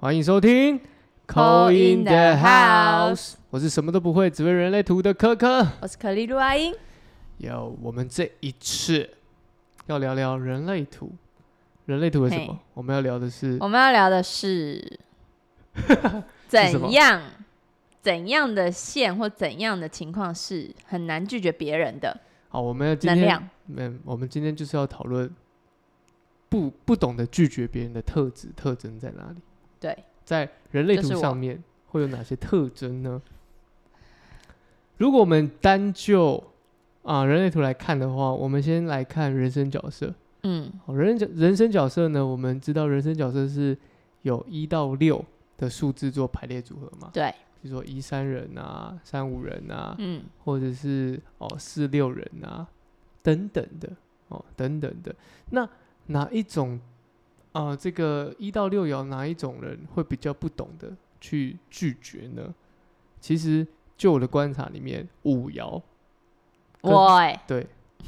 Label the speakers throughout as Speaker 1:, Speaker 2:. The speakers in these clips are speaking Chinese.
Speaker 1: 欢迎收听
Speaker 2: Call in the house
Speaker 1: 我是什么都不会，只会人类图的科科。
Speaker 2: 我是可丽露阿英。
Speaker 1: 有，我们这一次要聊聊人类图。人类图是什么
Speaker 2: 嘿？哦
Speaker 1: 我们要聊的是
Speaker 2: 我们要聊的是
Speaker 1: 是什么
Speaker 2: 怎样怎样的线或怎样的情况是很难拒绝别人的
Speaker 1: 好，我们要今
Speaker 2: 能
Speaker 1: 天
Speaker 2: 量。
Speaker 1: 嗯，我们今天就是要讨论不不懂得拒绝别人的特质特征在哪里？
Speaker 2: 对，
Speaker 1: 在人类
Speaker 2: 就
Speaker 1: 图
Speaker 2: 是我
Speaker 1: 上面会有哪些特征呢？如果我们单就啊、人类图来看的话，我们先来看人生角色。
Speaker 2: 嗯
Speaker 1: 好，人生角人生角色呢，我们知道人生角色是有一到六的数字做排列组合嘛？
Speaker 2: 对，
Speaker 1: 比如说一三人啊，三五人啊，
Speaker 2: 嗯，
Speaker 1: 或者是哦四六人啊，等等的哦，等等的。那哪一种啊、呃这个一到六爻哪一种人会比较不懂得去拒绝呢？其实就我的观察里面，五爻跟
Speaker 2: 我哎、
Speaker 1: 对，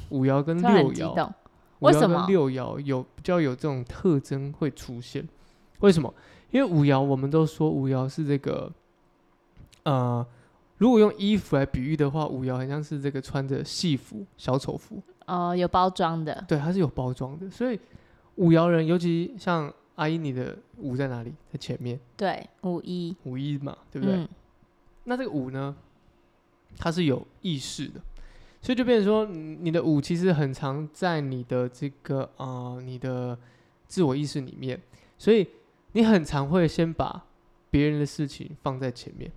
Speaker 1: 五爻跟
Speaker 2: 突然
Speaker 1: 六
Speaker 2: 激
Speaker 1: 爻，
Speaker 2: 动，
Speaker 1: 五
Speaker 2: 为
Speaker 1: 爻
Speaker 2: 什
Speaker 1: 跟
Speaker 2: 么
Speaker 1: 六爻有比较有这种特征会出现？为什么？因为五爻我们都说五爻是这个，呃，如果用衣服来比喻的话，五爻很像是这个穿着戏服、小丑服，
Speaker 2: 哦，有包装的，
Speaker 1: 对，它是有包装的。所以五爻人，尤其像阿姨，你的五在哪里？在前面，
Speaker 2: 对，五一，
Speaker 1: 五一嘛，对不对？
Speaker 2: 嗯，
Speaker 1: 那这个五呢，它是有意识的，所以就变成说，嗯你的五其实很常在你的这个呃你的自我意识里面，所以你很常会先把别人的事情放在前面，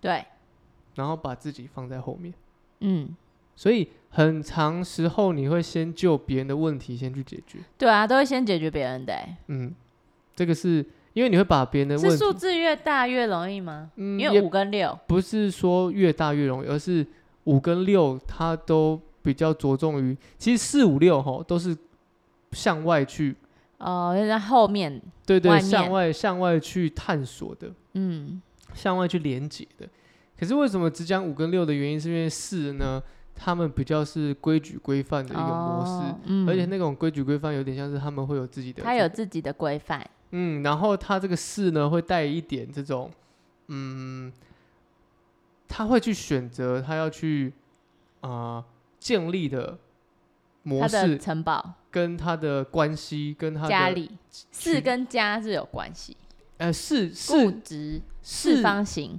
Speaker 2: 对，
Speaker 1: 然后把自己放在后面，
Speaker 2: 嗯，
Speaker 1: 所以很长时候你会先就别人的问题先去解决，
Speaker 2: 对啊，都会先解决别人的、欸，
Speaker 1: 嗯，这个是因为你会把别人的
Speaker 2: 是
Speaker 1: 问
Speaker 2: 数
Speaker 1: 题，
Speaker 2: 字越大越容易吗？
Speaker 1: 嗯，
Speaker 2: 因
Speaker 1: 也
Speaker 2: 为五跟六，
Speaker 1: 不是说越大越容易，而是五跟六它都比较着重于，其实四五六吼都是向外去，
Speaker 2: 哦，就在后面，
Speaker 1: 对
Speaker 2: 外
Speaker 1: 对，
Speaker 2: 面
Speaker 1: 向外向外去探索的，
Speaker 2: 嗯，
Speaker 1: 向外去连接的。可是为什么只讲五跟六的原因，是因为四呢，他们比较是规矩规范的一个模式，
Speaker 2: 哦嗯
Speaker 1: 而且那种规矩规范有点像是他们会有自己的这个，
Speaker 2: 他有自己的规范，
Speaker 1: 嗯，然后他这个四呢，会带一点这种，嗯，他会去选择他要去啊、呃建立的模
Speaker 2: 他的
Speaker 1: 式，
Speaker 2: 城堡、
Speaker 1: 跟他的关系，跟他的
Speaker 2: 家里
Speaker 1: 区
Speaker 2: 是跟家是有关系，
Speaker 1: 呃是
Speaker 2: 固
Speaker 1: 是
Speaker 2: 执、四
Speaker 1: 是，
Speaker 2: 方形，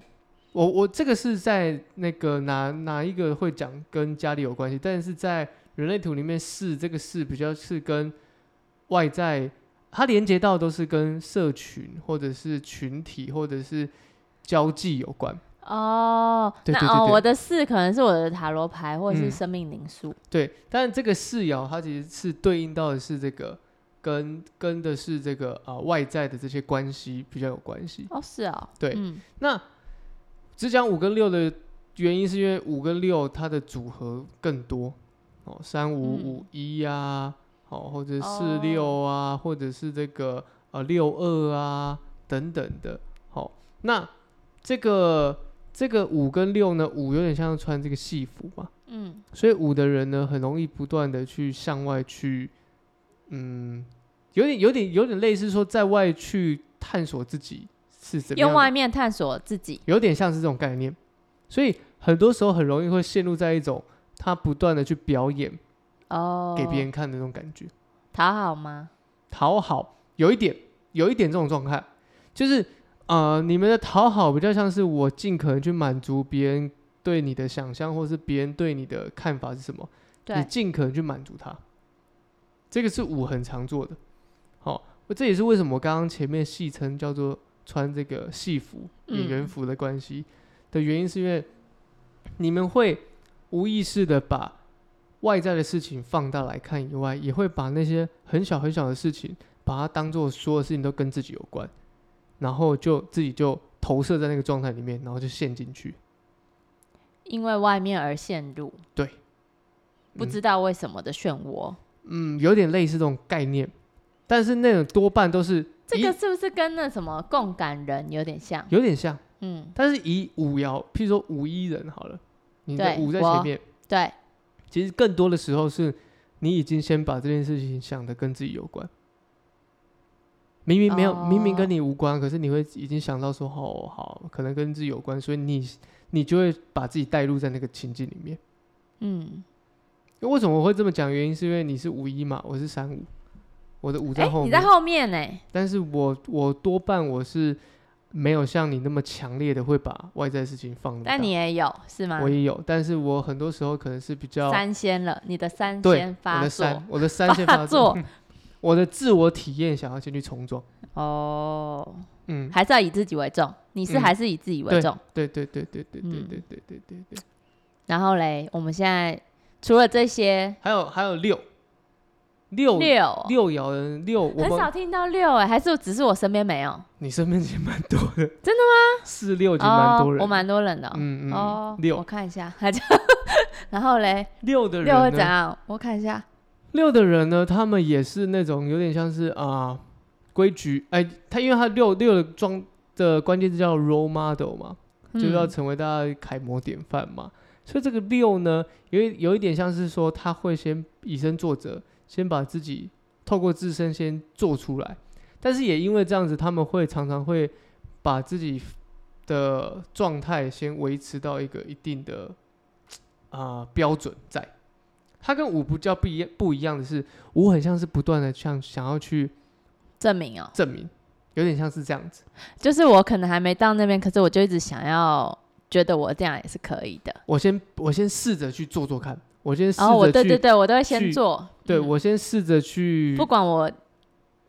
Speaker 1: 我我这个是在那个哪哪一个会讲跟家里有关系，但是在人类图里面是这个是比较是跟外在，它连接到都是跟社群或者是群体或者是交际有关。
Speaker 2: 哦，
Speaker 1: 对对
Speaker 2: 那
Speaker 1: 对
Speaker 2: 哦，
Speaker 1: 对
Speaker 2: 我的四可能是我的塔罗牌或者
Speaker 1: 嗯
Speaker 2: 是生命灵数，
Speaker 1: 对，但这个四爻它其实是对应到的是这个跟跟的是这个啊、呃外在的这些关系比较有关系。
Speaker 2: 哦，是哦，
Speaker 1: 对
Speaker 2: 嗯，
Speaker 1: 那只讲五跟六的原因是因为五跟六它的组合更多哦，三五
Speaker 2: 嗯
Speaker 1: 五一呀，哦或者四
Speaker 2: 哦
Speaker 1: 六啊，或者是这个呃六二啊等等的。好、那这个这个五跟六呢，五有点像穿这个戏服嘛，
Speaker 2: 嗯，
Speaker 1: 所以五的人呢，很容易不断的去向外去，嗯，有点有点有点类似说在外去探索自己是怎么
Speaker 2: 用
Speaker 1: 样的，
Speaker 2: 外面探索自己，
Speaker 1: 有点像是这种概念。所以很多时候很容易会陷入在一种他不断的去表演
Speaker 2: 哦，
Speaker 1: 给别人看的那种感觉，
Speaker 2: 讨好吗？
Speaker 1: 讨好有一点有一点这种状态，就是呃你们的讨好比较像是我尽可能去满足别人对你的想象，或是别人对你的看法是什么。你
Speaker 2: 对，
Speaker 1: 尽可能去满足他。这个是五很常做的。好、我这也是为什么我刚刚前面戏称叫做穿这个戏服、演员
Speaker 2: 嗯
Speaker 1: 服的关系、的原因，是因为你们会无意识的把外在的事情放大来看以外，也会把那些很小很小的事情，把它当做所有事情都跟自己有关，然后就自己就投射在那个状态里面，然后就陷进去。
Speaker 2: 因为外面而陷入，
Speaker 1: 对，
Speaker 2: 不
Speaker 1: 嗯
Speaker 2: 知道为什么的漩涡，
Speaker 1: 嗯，有点类似这种概念，但是那种多半都是
Speaker 2: 这
Speaker 1: 一
Speaker 2: 个是不是跟那什么共感人有点像？
Speaker 1: 有点像，
Speaker 2: 嗯，
Speaker 1: 但是以五爻，譬如说五一人好了，你的
Speaker 2: 对
Speaker 1: 五在
Speaker 2: 我
Speaker 1: 前面，
Speaker 2: 对，
Speaker 1: 其实更多的时候是你已经先把这件事情想的跟自己有关，明明没有，明明
Speaker 2: 哦
Speaker 1: 跟你无关，可是你会已经想到说，哦，好，可能跟自己有关，所以你你就会把自己带入在那个情境里面。
Speaker 2: 嗯，
Speaker 1: 为什么我会这么讲？原因是因为你是五一嘛，我是三五，我的五
Speaker 2: 哎、
Speaker 1: 在后
Speaker 2: 你
Speaker 1: 面，
Speaker 2: 在后面呢、
Speaker 1: 但是我我多半我是没有像你那么强烈的会把外在事情放那么大。
Speaker 2: 但你也有是吗
Speaker 1: 我？也有，但是我很多时候可能是比较
Speaker 2: 三仙了，你的三
Speaker 1: 对
Speaker 2: 仙
Speaker 1: 我
Speaker 2: 发
Speaker 1: 的
Speaker 2: 作
Speaker 1: 三，我的三先 发
Speaker 2: 作
Speaker 1: 我的自我体验想要先去冲撞。
Speaker 2: 哦，
Speaker 1: 嗯，
Speaker 2: 还是要以自己为重。你是
Speaker 1: 嗯
Speaker 2: 还是以自己为重？
Speaker 1: 对对对对对对
Speaker 2: 嗯
Speaker 1: 对对对对对。
Speaker 2: 然后嘞，我们现在除了这些
Speaker 1: 还有还有六六
Speaker 2: 六，
Speaker 1: 六爻人六，我
Speaker 2: 很
Speaker 1: 们
Speaker 2: 少听到六哎、还是只是我身边没有？
Speaker 1: 你身边其实蛮多的，真
Speaker 2: 的
Speaker 1: 吗？四六已经蛮多人
Speaker 2: 哦，
Speaker 1: 的，
Speaker 2: 我蛮多人的哦、
Speaker 1: 嗯嗯
Speaker 2: 哦，我
Speaker 1: 六
Speaker 2: 看一下，然后嘞，
Speaker 1: 六的
Speaker 2: 六会
Speaker 1: 人
Speaker 2: 怎
Speaker 1: 呢？
Speaker 2: 样？我看一下，
Speaker 1: 六的人呢，他们也是那种有点像是啊规矩，哎，他因为他六六的装的关键字叫 role model 嘛，就是要
Speaker 2: 嗯
Speaker 1: 成为大家的楷模典范嘛。所以这个六呢，有一有一点像是说，他会先以身作则，先把自己透过自身先做出来。但是也因为这样子，他们会常常会把自己的状态先维持到一个一定的啊、呃标准在。他跟五不叫不一样不一样的是，五很像是不断的像想要去
Speaker 2: 证明哦，
Speaker 1: 证明，有点像是这样子。
Speaker 2: 就是我可能还没到那边，可是我就一直想要觉得我这样也是可以的。
Speaker 1: 我先我先试着去做做看，我先试
Speaker 2: 然后哦我
Speaker 1: 着
Speaker 2: 对
Speaker 1: 去
Speaker 2: 对对，我都会先
Speaker 1: 去
Speaker 2: 做，
Speaker 1: 对，
Speaker 2: 嗯
Speaker 1: 我先试着去，
Speaker 2: 不管我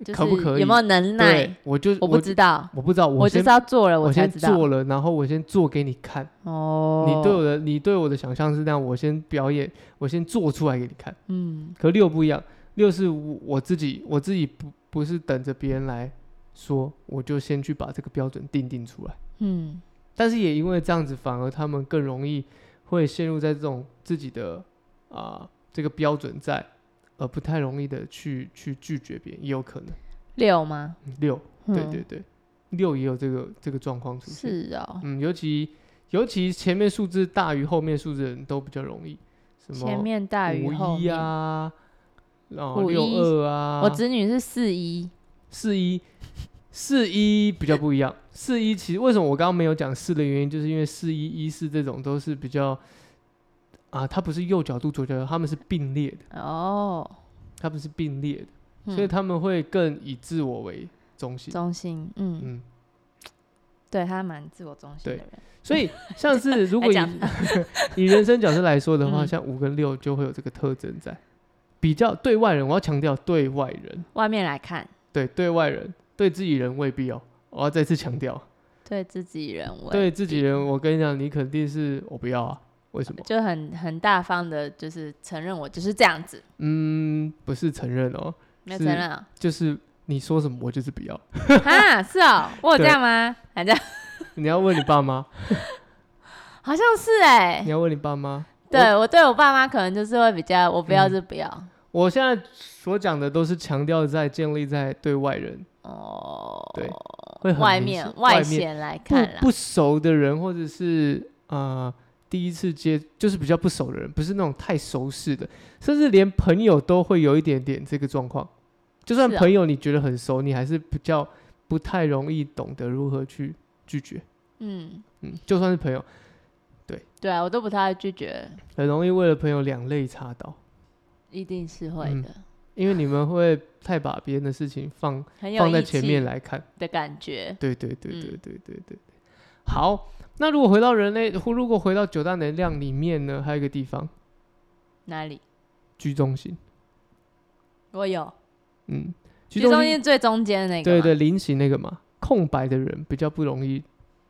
Speaker 2: 就是
Speaker 1: 可不可以
Speaker 2: 有没有能
Speaker 1: 对
Speaker 2: 耐，，
Speaker 1: 我就
Speaker 2: 我不知道，
Speaker 1: 我不知道，
Speaker 2: 我就
Speaker 1: 先
Speaker 2: 是要做了
Speaker 1: 我
Speaker 2: 才
Speaker 1: 先
Speaker 2: 知道。
Speaker 1: 做了，然后我先做给你看。
Speaker 2: 哦，
Speaker 1: 你对我的你对我的想象是那样，我先表演，我先做出来给你看。
Speaker 2: 嗯
Speaker 1: 可六不一样，六是我我自己，我自己不不是等着别人来说，我就先去把这个标准定定出来。
Speaker 2: 嗯
Speaker 1: 但是也因为这样子，反而他们更容易会陷入在这种自己的啊、这个标准在，而不太容易的去去拒绝别人，也有可能。
Speaker 2: 六吗？
Speaker 1: 嗯六，对对
Speaker 2: 嗯，
Speaker 1: 对，六也有这个这个状况出现。
Speaker 2: 是哦，
Speaker 1: 嗯，尤其尤其前面数字大于后面数字的人都比较容易，什
Speaker 2: 前
Speaker 1: 么
Speaker 2: 面大于后
Speaker 1: 五一
Speaker 2: 面。
Speaker 1: 啊，哦
Speaker 2: 五一
Speaker 1: 六二啊，
Speaker 2: 我侄女是四一，
Speaker 1: 四一四一比较不一样。四一其实为什么我刚刚没有讲四的原因，就是因为四一一四这种都是比较啊，它不是右角度左角度，它们是并列的，
Speaker 2: 哦，
Speaker 1: 它们是并列的，
Speaker 2: 嗯
Speaker 1: 所以他们会更以自我为中心。
Speaker 2: 中心，嗯，
Speaker 1: 嗯，
Speaker 2: 对他蛮自我中心
Speaker 1: 对
Speaker 2: 的人，
Speaker 1: 所以像是如果
Speaker 2: 还
Speaker 1: 以
Speaker 2: 讲
Speaker 1: 以人生角色来说的话，
Speaker 2: 嗯
Speaker 1: 像五跟六就会有这个特征在。比较对外人，我要强调对外人，
Speaker 2: 外面来看，
Speaker 1: 对对外人，对自己人未必哦。我要再次强调，
Speaker 2: 对自己人为，
Speaker 1: 对自己人，我跟你讲，你肯定是我不要啊。为什么？
Speaker 2: 就很很大方的，就是承认我就是这样子，
Speaker 1: 嗯，不是承认哦，
Speaker 2: 没有
Speaker 1: 是
Speaker 2: 承认啊？
Speaker 1: 就是你说什么我就是不要。
Speaker 2: 哈，是哦，我有这
Speaker 1: 对
Speaker 2: 样吗？好像
Speaker 1: 你要问你爸妈，
Speaker 2: 好像是 哎
Speaker 1: 你，要问你爸妈。
Speaker 2: 对我对我爸妈可能就是会比较，我不要
Speaker 1: 嗯
Speaker 2: 就不要，
Speaker 1: 我现在所讲的都是强调在建立在对外人，
Speaker 2: 哦，
Speaker 1: 对，会很
Speaker 2: 外
Speaker 1: 明
Speaker 2: 面
Speaker 1: 显
Speaker 2: 外
Speaker 1: 外
Speaker 2: 显来
Speaker 1: 不
Speaker 2: 看啦，
Speaker 1: 不熟的人，或者是呃第一次接，就是比较不熟的人，不是那种太熟识的，甚至连朋友都会有一点点这个状况。就算
Speaker 2: 是啊
Speaker 1: 朋友你觉得很熟，你还是比较不太容易懂得如何去拒绝。
Speaker 2: 嗯，
Speaker 1: 嗯，就算是朋友，
Speaker 2: 对啊，我都不太会拒绝，
Speaker 1: 很容易为了朋友两肋插刀，
Speaker 2: 一定是会
Speaker 1: 嗯
Speaker 2: 的，
Speaker 1: 因为你们会太把别人的事情放
Speaker 2: 很有
Speaker 1: 放在
Speaker 2: 义
Speaker 1: 前面
Speaker 2: 气
Speaker 1: 来看。
Speaker 2: 的感觉，
Speaker 1: 对对对对
Speaker 2: 嗯
Speaker 1: 对对对。好，那如果回到人类，如果回到九大能量里面呢，还有一个地方
Speaker 2: 哪里？
Speaker 1: 居中心。
Speaker 2: 我有。
Speaker 1: 嗯，居
Speaker 2: 居
Speaker 1: 中
Speaker 2: 中
Speaker 1: 心
Speaker 2: 间最中间的那个，
Speaker 1: 对，对菱形那个嘛，空白的人比较不容易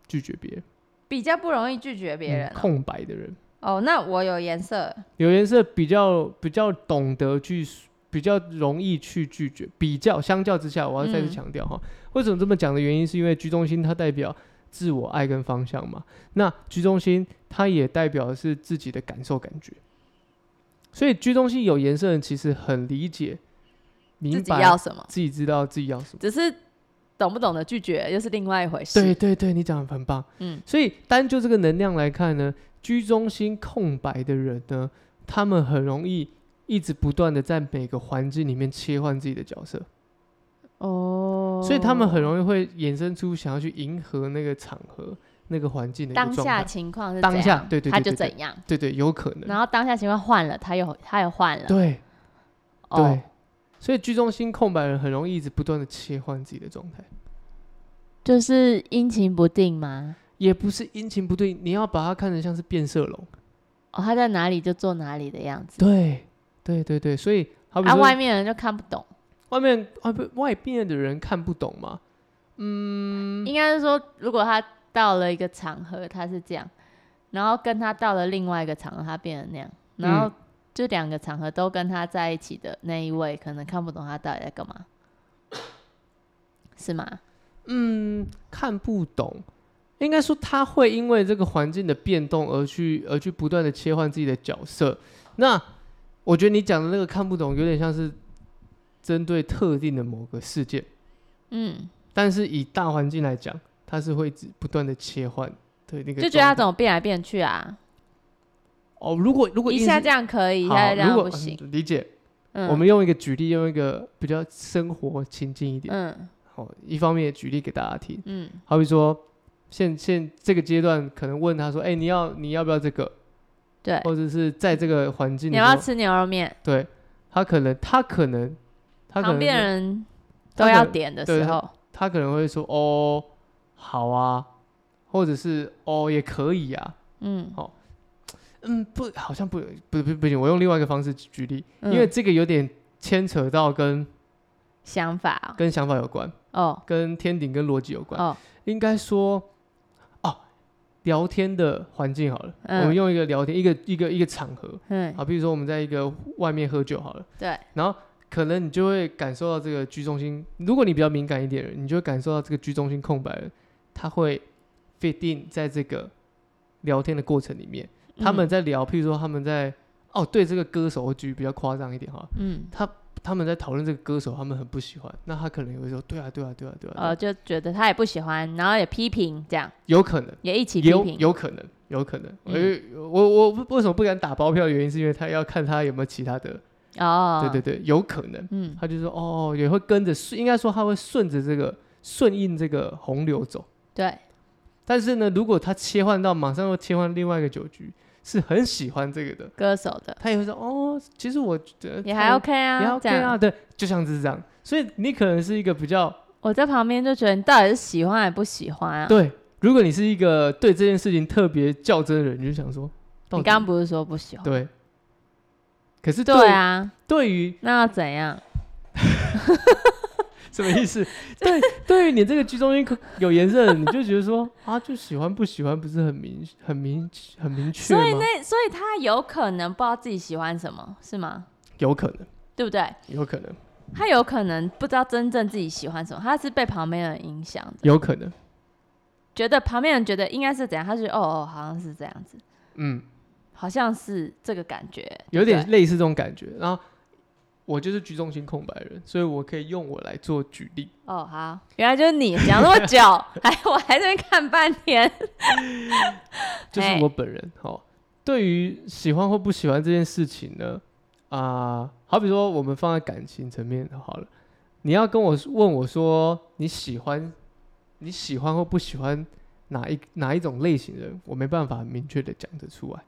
Speaker 1: 拒绝别人，
Speaker 2: 比较不容易拒绝别
Speaker 1: 嗯
Speaker 2: 人哦、
Speaker 1: 空白的人，
Speaker 2: 哦，那我有颜色，
Speaker 1: 有颜色比较比较懂得去，比较容易去拒绝，比较相较之下，我要再次
Speaker 2: 嗯
Speaker 1: 强调哈，为什么这么讲的原因，是因为居中心它代表自我爱跟方向嘛，那居中心它也代表的是自己的感受感觉，所以居中心有颜色的人其实很理解，
Speaker 2: 自
Speaker 1: 明
Speaker 2: 己
Speaker 1: 白
Speaker 2: 要什么，
Speaker 1: 自己知道自己要什么。
Speaker 2: 只是懂不懂得拒绝又是另外一回事。
Speaker 1: 对，对对，你讲的很棒。
Speaker 2: 嗯，
Speaker 1: 所以单就这个能量来看呢，居中心空白的人呢，他们很容易一直不断的在每个环境里面切换自己的角色。
Speaker 2: 哦，
Speaker 1: 所以他们很容易会衍生出想要去迎合那个场合、那个环境的一
Speaker 2: 当
Speaker 1: 个状
Speaker 2: 下
Speaker 1: 态。
Speaker 2: 情况是
Speaker 1: 当
Speaker 2: 怎
Speaker 1: 下
Speaker 2: 样
Speaker 1: 对对
Speaker 2: 他
Speaker 1: 对
Speaker 2: 就
Speaker 1: 对对
Speaker 2: 怎样，
Speaker 1: 对对，有可能。
Speaker 2: 然后当下情况换了，他又他又换了，
Speaker 1: 对
Speaker 2: 哦
Speaker 1: 对，所以居中心空白人很容易一直不断的切换自己的状态，
Speaker 2: 就是阴晴不定吗？
Speaker 1: 也不是阴晴不对，你要把它看成像是变色龙。
Speaker 2: 哦，他在哪里就做哪里的样子，
Speaker 1: 对对对对，所以好比
Speaker 2: 啊，
Speaker 1: 说
Speaker 2: 外面的人就看不懂，
Speaker 1: 外面外面外面的人看不懂嘛，嗯，
Speaker 2: 应该是说，如果他到了一个场合，他是这样，然后跟他到了另外一个场合，他变成那样，然
Speaker 1: 嗯
Speaker 2: 后就两个场合都跟他在一起的那一位，可能看不懂他到底在干嘛，是吗？
Speaker 1: 嗯，看不懂。应该说他会因为这个环境的变动而去而去不断的切换自己的角色。那我觉得你讲的那个看不懂，有点像是针对特定的某个事件，
Speaker 2: 嗯，
Speaker 1: 但是以大环境来讲，它是会一直不断的切换。对，那个
Speaker 2: 就觉得
Speaker 1: 状态
Speaker 2: 他怎么变来变去啊，
Speaker 1: 哦，如果如果
Speaker 2: 一
Speaker 1: 硬
Speaker 2: 下
Speaker 1: 是
Speaker 2: 这样可以，一
Speaker 1: 好
Speaker 2: 下这样
Speaker 1: 如果
Speaker 2: 不行。
Speaker 1: 嗯理解。
Speaker 2: 嗯，
Speaker 1: 我们用一个举例，用一个比较生活情境一点。
Speaker 2: 嗯
Speaker 1: 好，一方面也举例给大家听。
Speaker 2: 嗯
Speaker 1: 好比说，现现这个阶段可能问他说：“哎、你要你要不要这个
Speaker 2: 对？”，
Speaker 1: 或者是在这个环境
Speaker 2: 你
Speaker 1: 里
Speaker 2: 要不要
Speaker 1: 面，
Speaker 2: 吃牛肉面？
Speaker 1: 对他可能他可能他可
Speaker 2: 旁
Speaker 1: 能
Speaker 2: 边
Speaker 1: 会
Speaker 2: 人
Speaker 1: 他
Speaker 2: 都
Speaker 1: 可
Speaker 2: 要
Speaker 1: 能
Speaker 2: 点的
Speaker 1: 对
Speaker 2: 时
Speaker 1: 他
Speaker 2: 候，
Speaker 1: 他可能会说：“哦，好啊。”或者是“哦，也可以啊
Speaker 2: 嗯，”。
Speaker 1: 嗯，不，好像不不不不行。我用另外一个方式举举例，因为
Speaker 2: 嗯
Speaker 1: 这个有点牵扯到跟
Speaker 2: 想法哦
Speaker 1: 跟想法有关，
Speaker 2: 哦
Speaker 1: 跟天顶跟逻辑有关。
Speaker 2: 哦，
Speaker 1: 应该说，哦，聊天的环境好了，
Speaker 2: 嗯
Speaker 1: 我们用一个聊天，一个一个一个场合，
Speaker 2: 嗯，
Speaker 1: 好，比如说我们在一个外面喝酒好了，
Speaker 2: 对，
Speaker 1: 然后可能你就会感受到这个居中心，如果你比较敏感一点的人，你就会感受到这个居中心空白了，他会 fit in 在这个聊天的过程里面，
Speaker 2: 嗯
Speaker 1: 他们在聊，譬如说他们在，哦，对这个歌手，我举比较夸张一点哈，
Speaker 2: 嗯，
Speaker 1: 他们在讨论这个歌手，他们很不喜欢，那他可能也会说，对啊，对啊，对啊，对啊，对啊
Speaker 2: 呃，就觉得他也不喜欢，然后也批评，这样
Speaker 1: 有可能。
Speaker 2: 也一起批
Speaker 1: 有
Speaker 2: 评，
Speaker 1: 有可能，有可能。因
Speaker 2: 嗯
Speaker 1: 为我我我为什么不敢打包票？原因是因为他要看他有没有其他的，
Speaker 2: 哦，
Speaker 1: 对对，对，有可能。
Speaker 2: 嗯
Speaker 1: 他就说哦，也会跟着，顺，应该说他会顺着这个顺应这个洪流走。
Speaker 2: 对，
Speaker 1: 但是呢，如果他切换到马上又切换另外一个酒局，是很喜欢这个的，
Speaker 2: 歌手的
Speaker 1: 他也会说哦，其实我觉得
Speaker 2: 也
Speaker 1: 他
Speaker 2: 还 OK 啊，
Speaker 1: 也还 OK
Speaker 2: 这样
Speaker 1: 啊，对，就像是这样。所以你可能是一个比较
Speaker 2: 我在旁边就觉得你到底是喜欢还是不喜欢啊？
Speaker 1: 对，如果你是一个对这件事情特别较真的人，你就想说，到
Speaker 2: 你
Speaker 1: 底
Speaker 2: 刚刚不是说不喜欢？
Speaker 1: 对。可是
Speaker 2: 哦对啊，
Speaker 1: 对于
Speaker 2: 那要怎样？
Speaker 1: 什么意思？ 对，对于你这个居中心可有颜色的人，你就觉得 说啊，就喜欢不喜欢，不是很明很明很明确
Speaker 2: 所以
Speaker 1: 吗？
Speaker 2: 那所以他有可能不知道自己喜欢什么，是吗？
Speaker 1: 有可能，
Speaker 2: 对不对？
Speaker 1: 有可能，
Speaker 2: 他有可能不知道真正自己喜欢什么，他是被旁边人影响的，
Speaker 1: 有可能，
Speaker 2: 觉得旁边人觉得应该是怎样，他就觉得哦哦，好像是这样子，
Speaker 1: 嗯，
Speaker 2: 好像是这个感觉，
Speaker 1: 有点
Speaker 2: 对
Speaker 1: 类似这种感觉。然后我就是居中心空白人，所以我可以用我来做举例。
Speaker 2: 哦，好，原来就是你讲那么 久，还我还在那边看半天。
Speaker 1: 就是
Speaker 2: 嘿
Speaker 1: 我本人哦。对于喜欢或不喜欢这件事情呢，啊、好比说我们放在感情层面好了，你要跟我问我说你喜欢你喜欢或不喜欢哪一哪一种类型的人，我没办法很明确的讲得出来，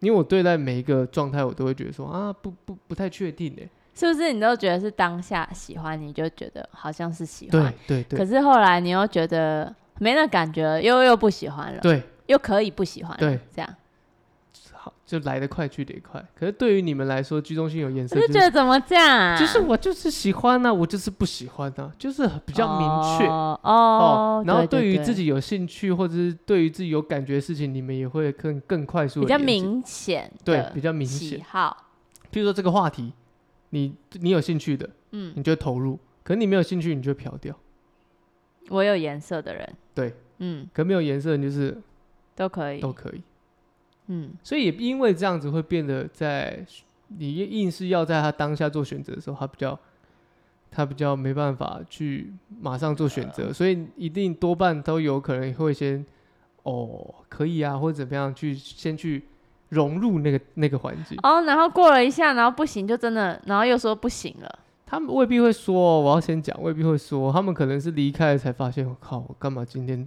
Speaker 1: 因为我对待每一个状态，我都会觉得说啊，不不不太确定欸诶。
Speaker 2: 是不是你都觉得是当下喜欢，你就觉得好像是喜
Speaker 1: 对
Speaker 2: 欢，
Speaker 1: 对
Speaker 2: 啊可
Speaker 1: 对
Speaker 2: 是后来你又觉得没那感觉了，又又不喜欢了，
Speaker 1: 对，
Speaker 2: 又可以不喜欢了，
Speaker 1: 对，
Speaker 2: 这样
Speaker 1: 好，就来得快去得也快。可是对于你们来说，居中心有颜色
Speaker 2: 我就
Speaker 1: 就
Speaker 2: 觉
Speaker 1: 是
Speaker 2: 得怎么这样啊？
Speaker 1: 就是我就是喜欢呐、我就是不喜欢呐、就是很比较明确。
Speaker 2: 哦
Speaker 1: 哦
Speaker 2: 哦，，
Speaker 1: 然后
Speaker 2: 对
Speaker 1: 对于自
Speaker 2: 己
Speaker 1: 己有兴趣或者是对于自己有感觉的事情，你们也会更更快速
Speaker 2: 比
Speaker 1: 的
Speaker 2: 较明显
Speaker 1: 对
Speaker 2: 的啊
Speaker 1: 比较明
Speaker 2: 喜
Speaker 1: 显。
Speaker 2: 好，
Speaker 1: 譬如说这个话题，你你有兴趣的，
Speaker 2: 嗯，
Speaker 1: 你就投入；可你没有兴趣，你就飘掉。
Speaker 2: 我有颜色的人，
Speaker 1: 对，
Speaker 2: 嗯，
Speaker 1: 可没有颜色，你就是
Speaker 2: 都可以，
Speaker 1: 都可以。
Speaker 2: 嗯，
Speaker 1: 所以也因为这样子，会变得在你硬是要在他当下做选择的时候，他比较他比较没办法去马上做选择，所以一定多半都有可能会先哦可以啊，或者怎么样去先去融入那个那个环境。
Speaker 2: 哦哦，然后过了一下，然后不行就真的，然后又说不行了。
Speaker 1: 他们未必会说、哦，我要先讲，未必会说，他们可能是离开了才发现，我哦靠，我干嘛今天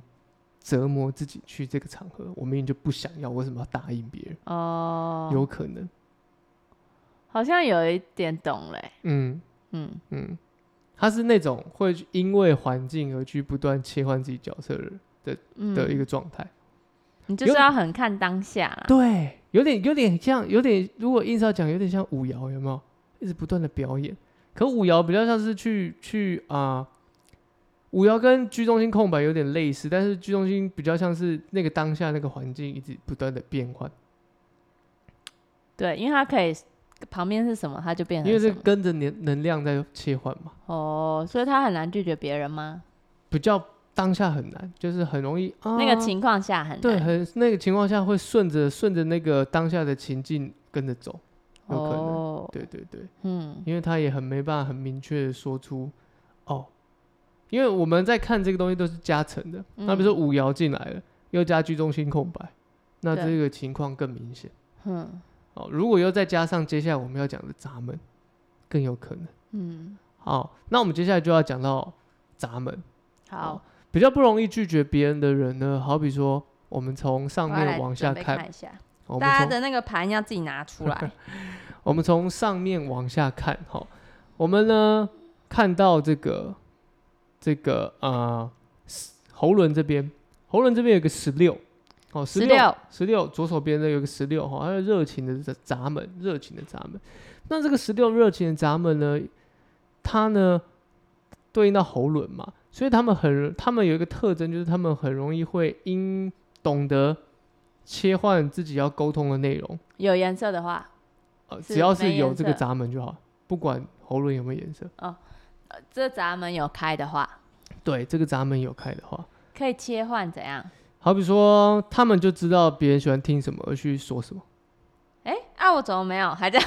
Speaker 1: 折磨自己去这个场合？我明明就不想要，为什么要答应别人？
Speaker 2: 哦，
Speaker 1: 有可能，
Speaker 2: 好像有一点懂嘞、
Speaker 1: 嗯
Speaker 2: 嗯，
Speaker 1: 嗯，他是那种会因为环境而去不断切换自己角色的人
Speaker 2: 嗯
Speaker 1: 的一个状态。
Speaker 2: 你就是
Speaker 1: 有
Speaker 2: 要很看当下啦。
Speaker 1: 对，有点有点像，有点如果硬是要讲，有点像舞瑶，有没有？一直不断的表演，可舞瑶比较像是去去啊、舞瑶跟居中心空白有点类似，但是居中心比较像是那个当下那个环境一直不断的变换，
Speaker 2: 对，因为它可以旁边是什么，它就变
Speaker 1: 因为
Speaker 2: 成
Speaker 1: 是
Speaker 2: 什么。
Speaker 1: 跟着能能量在切换嘛，
Speaker 2: 哦，所以他很难拒绝别人吗？
Speaker 1: 比较当下很难，就是很容易啊
Speaker 2: 那个情况下很难。
Speaker 1: 对，很那个情况下会顺着顺着那个当下的情境跟着走，有可能
Speaker 2: 哦，
Speaker 1: 对对对。
Speaker 2: 嗯，
Speaker 1: 因为他也很没办法很明确的说出，哦，因为我们在看这个东西都是加成的，那比
Speaker 2: 嗯
Speaker 1: 如说五爻进来了，又加居中心空白，那
Speaker 2: 对
Speaker 1: 这个情况更明显。
Speaker 2: 嗯
Speaker 1: 哦，如果又再加上接下来我们要讲的闸门，更有可能。
Speaker 2: 嗯，
Speaker 1: 好，那我们接下来就要讲到闸门，
Speaker 2: 好，
Speaker 1: 哦比较不容易拒绝别人的人呢，好比说我们从上
Speaker 2: 我要来
Speaker 1: 面往下
Speaker 2: 准备
Speaker 1: 看，
Speaker 2: 一下，
Speaker 1: 我们
Speaker 2: 大家
Speaker 1: 从
Speaker 2: 的那个盘要自己拿 出来。
Speaker 1: 我们从上面往下看，哈，我们呢看到这个这个呃喉轮这边，喉轮这边有个十六，哦，十
Speaker 2: 十
Speaker 1: 六
Speaker 2: 六，
Speaker 1: 十六左手边的有个十六，哈，还有热情的闸闸门，热情的闸门。那这个十六热情的闸门呢，它呢对应到喉轮嘛，所以他们很他们有一个特征，就是他们很容易会因懂得切换自己要沟通的内容。
Speaker 2: 有颜色的话，
Speaker 1: 呃，
Speaker 2: 是
Speaker 1: 只要
Speaker 2: 没
Speaker 1: 是有
Speaker 2: 颜
Speaker 1: 这个
Speaker 2: 色
Speaker 1: 闸门就好，不管喉轮有没有颜色。
Speaker 2: 呃这闸门有开的话，
Speaker 1: 对，这个闸门有开的话，
Speaker 2: 可以切换怎样？
Speaker 1: 好比说他们就知道别人喜欢听什么而去说什么。
Speaker 2: 哎、啊，我怎么没有？还在？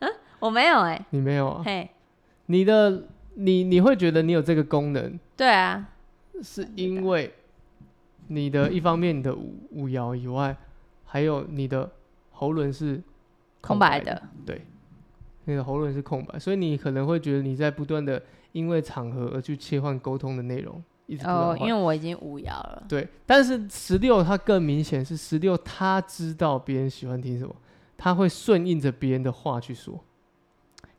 Speaker 2: 嗯，我没有哎、
Speaker 1: 你没有啊？
Speaker 2: 嘿，
Speaker 1: 你的你你会觉得你有这个功能，
Speaker 2: 对啊，
Speaker 1: 是因为你的一方面你的五五爻以外，还有你的喉轮是
Speaker 2: 空
Speaker 1: 白
Speaker 2: 白的，
Speaker 1: 对，你的喉轮是空白，所以你可能会觉得你在不断的因为场合而去切换沟通的内容，一直不断
Speaker 2: 哦，
Speaker 1: 换
Speaker 2: 因为我已经五爻了，
Speaker 1: 对，但是十六他更明显是十六，他知道别人喜欢听什么，他会顺应着别人的话去说，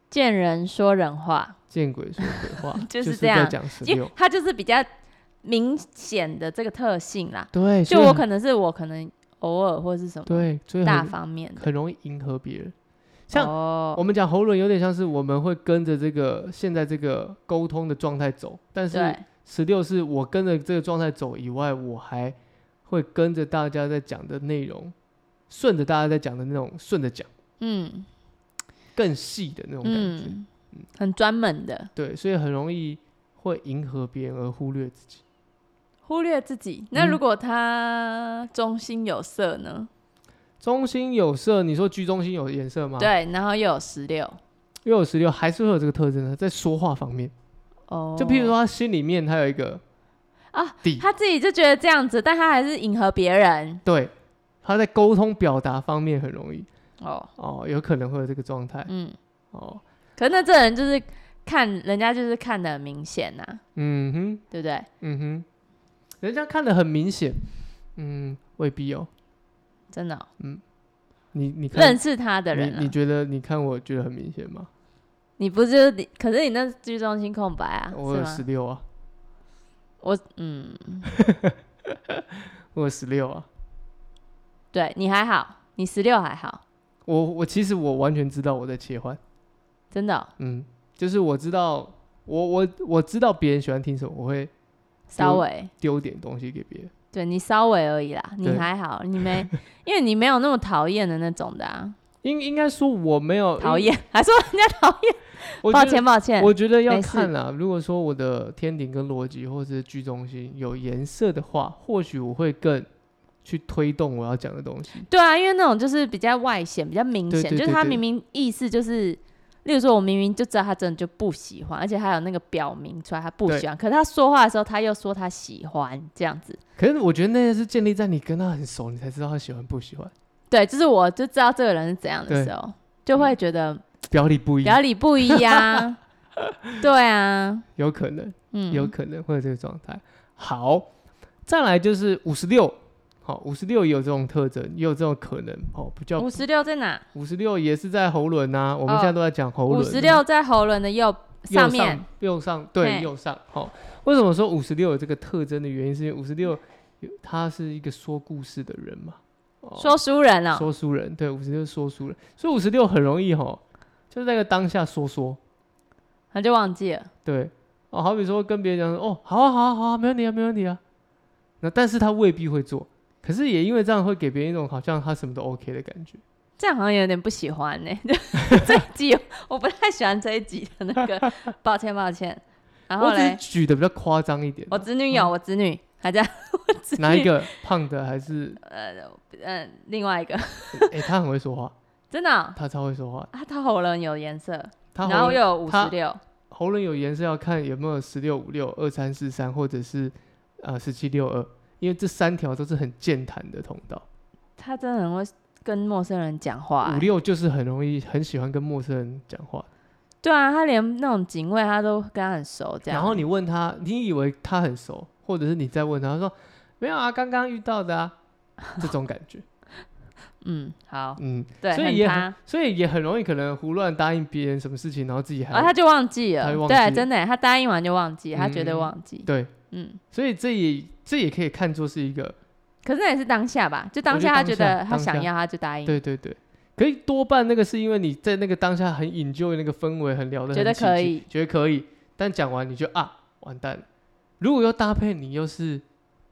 Speaker 2: 见人说人话，，
Speaker 1: 见鬼说鬼话
Speaker 2: 就是
Speaker 1: 是
Speaker 2: 这样
Speaker 1: 在讲十
Speaker 2: 因
Speaker 1: 六
Speaker 2: 为。它就是比较明显的这个特性啦。
Speaker 1: 对，
Speaker 2: 就
Speaker 1: 所以
Speaker 2: 我
Speaker 1: 很
Speaker 2: 可能是我可能偶尔或是什么
Speaker 1: 对，所以
Speaker 2: 大
Speaker 1: 很
Speaker 2: 方面的，
Speaker 1: 很容易迎合别人。像
Speaker 2: 哦，
Speaker 1: 我们讲喉轮有点像是我们会跟着这个现在这个沟通的状态走，但是
Speaker 2: 对，
Speaker 1: 十六是我跟着这个状态走以外，我还会跟着大家在讲的内容，顺着大家在讲的那种顺着讲，
Speaker 2: 嗯
Speaker 1: 更细的那种感觉。
Speaker 2: 嗯，很专门的，
Speaker 1: 对，所以很容易会迎合别人而忽略自己。
Speaker 2: 忽略自己。那
Speaker 1: 嗯
Speaker 2: 如果他中心有色呢？
Speaker 1: 中心有色，你说居中心有颜色吗？，
Speaker 2: 对，然后又有十六，
Speaker 1: 又有十六，还是会有这个特征的，在说话方面，
Speaker 2: 哦，
Speaker 1: 就譬如说他心里面他有一个
Speaker 2: 啊
Speaker 1: 底，
Speaker 2: 他自己就觉得这样子，但他还是迎合别人
Speaker 1: 对，他在沟通表达方面很容易
Speaker 2: 哦，
Speaker 1: 哦，有可能会有这个状态
Speaker 2: 嗯，
Speaker 1: 哦，
Speaker 2: 可是那这人就是看人家就是看的很明显呐、
Speaker 1: 嗯哼，
Speaker 2: 对不对？
Speaker 1: 嗯哼，人家看得很明显，嗯，未必哦，
Speaker 2: 真的哦、
Speaker 1: 你你看
Speaker 2: 认。识他的人、啊
Speaker 1: 嗯你你觉得你看我觉得很明显吗？
Speaker 2: 你不是就是你？可是你那居中心空白啊，
Speaker 1: 我
Speaker 2: 是
Speaker 1: 有
Speaker 2: 吗
Speaker 1: 十？六啊，
Speaker 2: 我嗯，
Speaker 1: 我有十六啊，
Speaker 2: 对你还好，你十六还好，
Speaker 1: 我我其实我完全知道我在切换。
Speaker 2: 真的哦、
Speaker 1: 嗯，就是我知道，我我我知道别人喜欢听什么，我会
Speaker 2: 稍微
Speaker 1: 丢点东西给别人。
Speaker 2: 对你稍微而已啦，你
Speaker 1: 对
Speaker 2: 还好，你没，因为你没有那么讨厌的那种的啊，
Speaker 1: 应应该说我没有
Speaker 2: 讨，厌还说人家讨厌，
Speaker 1: 哦我
Speaker 2: 抱
Speaker 1: 觉得
Speaker 2: 歉抱歉，
Speaker 1: 我觉得要
Speaker 2: 没事
Speaker 1: 看啦。如果说我的天顶跟逻辑或是居中心有颜色的话，或许我会更去推动我要讲的东西。
Speaker 2: 对啊，因为那种就是比较外显、比较明显，
Speaker 1: 对对
Speaker 2: 就是他
Speaker 1: 对对
Speaker 2: 明明意思就是，例如说，我明明就知道他真的就不喜欢，而且还有那个表明出来他不喜欢，可是他说话的时候他又说他喜欢这样子。
Speaker 1: 可是我觉得那些是建立在你跟他很熟，你才知道他喜欢不喜欢。
Speaker 2: 对，就是我就知道这个人是怎样的
Speaker 1: 对
Speaker 2: 时候，就会觉得、嘖
Speaker 1: 表里不一，
Speaker 2: 表里不一 呀、对啊，
Speaker 1: 有可能，
Speaker 2: 嗯，
Speaker 1: 有可能会有这个状态。好，再来就是五十六，好，五十六也有这种特征，也有这种可能，哦，比较
Speaker 2: 五十六在哪？
Speaker 1: 五十六也是在喉轮呐、我们
Speaker 2: 哦
Speaker 1: 现在都在讲喉轮，
Speaker 2: 五十六在喉轮的右
Speaker 1: 右
Speaker 2: 上面，
Speaker 1: 右上对
Speaker 2: 嘿
Speaker 1: 右上。好、为什么说五十六有这个特征的原因，是因为五十六他是一个说故事的人嘛，哦
Speaker 2: 说书人哦，
Speaker 1: 说书人，对，五十六说书人，所以五十六很容易吼，就是那个当下说说，
Speaker 2: 他就忘记了，
Speaker 1: 对，哦，好比说跟别人讲说，哦，好啊，好啊，好啊，没问题啊，没问题啊，那但是他未必会做，可是也因为这样会给别人一种好像他什么都 OK 的感觉，
Speaker 2: 这样好像有点不喜欢呢、 这一集我不太喜欢这一集的那个，抱歉抱歉。然后
Speaker 1: 我只是
Speaker 2: 嘞，
Speaker 1: 举的比较夸张一点啊、
Speaker 2: 我侄女有，我侄女还在，我侄女
Speaker 1: 哪一个胖的还是，
Speaker 2: 嗯，另外一个
Speaker 1: 哎、他很会说话，
Speaker 2: 真的哦、
Speaker 1: 他超会说话，
Speaker 2: 啊，他喉咙有颜色，
Speaker 1: 他
Speaker 2: 然后
Speaker 1: 喉
Speaker 2: 又有五
Speaker 1: 他
Speaker 2: 十六，
Speaker 1: 喉咙有颜色要看有没有十六五六二三四三或者是呃十七六二，因为这三条都是很健谈的通道。
Speaker 2: 他真的很会跟陌生人讲话、
Speaker 1: 五
Speaker 2: 欸。
Speaker 1: 六就是很容易很喜欢跟陌生人讲话，
Speaker 2: 对啊，他连那种警卫他都跟他很熟，这样。
Speaker 1: 然后你问他，你以为他很熟，或者是你在问他，他说没有啊，刚刚遇到的啊，这种感 觉，
Speaker 2: 嗯，好，
Speaker 1: 嗯，
Speaker 2: 对，
Speaker 1: 所以
Speaker 2: 很
Speaker 1: 也
Speaker 2: 他
Speaker 1: 很，所以也很容易可能胡乱答应别人什么事情，然后自己还
Speaker 2: 然后哦啊他就忘记
Speaker 1: 他
Speaker 2: 了，
Speaker 1: 就忘
Speaker 2: 对，
Speaker 1: 记
Speaker 2: 真的欸，他答应完就忘记，他绝对
Speaker 1: 嗯
Speaker 2: 忘记。
Speaker 1: 对，
Speaker 2: 嗯，
Speaker 1: 所以这也这也可以看作是一个，
Speaker 2: 可是那也是当下吧，就
Speaker 1: 我
Speaker 2: 当
Speaker 1: 觉
Speaker 2: 下
Speaker 1: 得
Speaker 2: 他
Speaker 1: 当
Speaker 2: 觉
Speaker 1: 下
Speaker 2: 得他
Speaker 1: 当
Speaker 2: 想
Speaker 1: 下
Speaker 2: 要他就答应，
Speaker 1: 对对对。可以多半那个是因为你在那个当下很 enjoy 那个氛围，很聊得
Speaker 2: 觉
Speaker 1: 很
Speaker 2: 得
Speaker 1: 起劲
Speaker 2: 可以，
Speaker 1: 觉得可以，但讲完你就啊完蛋了。如果又搭配你又是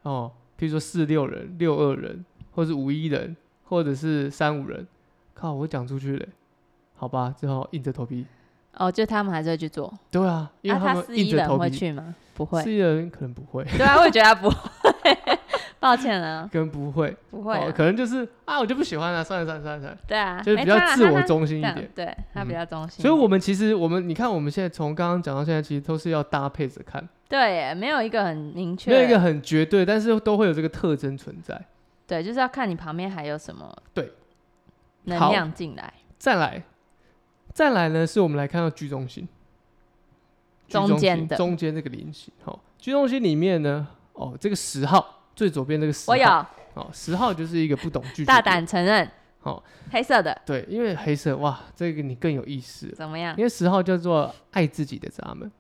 Speaker 1: 哦，譬如说四六人、六二人，或是五一人，或者是三五人，靠，我讲出去嘞，好吧，只好硬着头皮。
Speaker 2: 哦，就他们还是会去做。
Speaker 1: 对啊，因
Speaker 2: 啊，
Speaker 1: 为
Speaker 2: 他
Speaker 1: 们
Speaker 2: 四
Speaker 1: 硬
Speaker 2: 一
Speaker 1: 着
Speaker 2: 人
Speaker 1: 头
Speaker 2: 会
Speaker 1: 皮，
Speaker 2: 去吗？不会
Speaker 1: 四，一人可能不会，
Speaker 2: 对啊，我也觉得他不会， 抱歉 啊，
Speaker 1: 跟不会，
Speaker 2: 不会
Speaker 1: 哦，
Speaker 2: 啊，
Speaker 1: 可能就是啊，我就不喜欢啊，算了算了算了算了，
Speaker 2: 对啊，
Speaker 1: 就是
Speaker 2: 没
Speaker 1: 比较
Speaker 2: 他啦
Speaker 1: 自
Speaker 2: 他
Speaker 1: 我
Speaker 2: 他
Speaker 1: 中心一
Speaker 2: 这样
Speaker 1: 点。
Speaker 2: 对他
Speaker 1: 嗯
Speaker 2: 比较中心一点。
Speaker 1: 所以，我们其实我们你看，我们现在从刚刚讲到现在，其实都是要搭配着看，
Speaker 2: 对耶，没有一个很明确，
Speaker 1: 没有一个很绝对，但是都会有这个特征存在。
Speaker 2: 对，就是要看你旁边还有什么
Speaker 1: 对
Speaker 2: 能
Speaker 1: 好
Speaker 2: 量进来，
Speaker 1: 再来，再来呢，是我们来看到居中心，居
Speaker 2: 中
Speaker 1: 心
Speaker 2: 间的
Speaker 1: 中间这个菱形。好、居中心里面呢，哦，这个十号最左边这个十号，
Speaker 2: 我有
Speaker 1: 哦，十号就是一个不懂拒绝，
Speaker 2: 大，胆承认，
Speaker 1: 好
Speaker 2: 黑色的
Speaker 1: 对，因为黑色哇，这个你更有意思了，
Speaker 2: 怎么样？
Speaker 1: 因为十号叫做爱自己的咱们，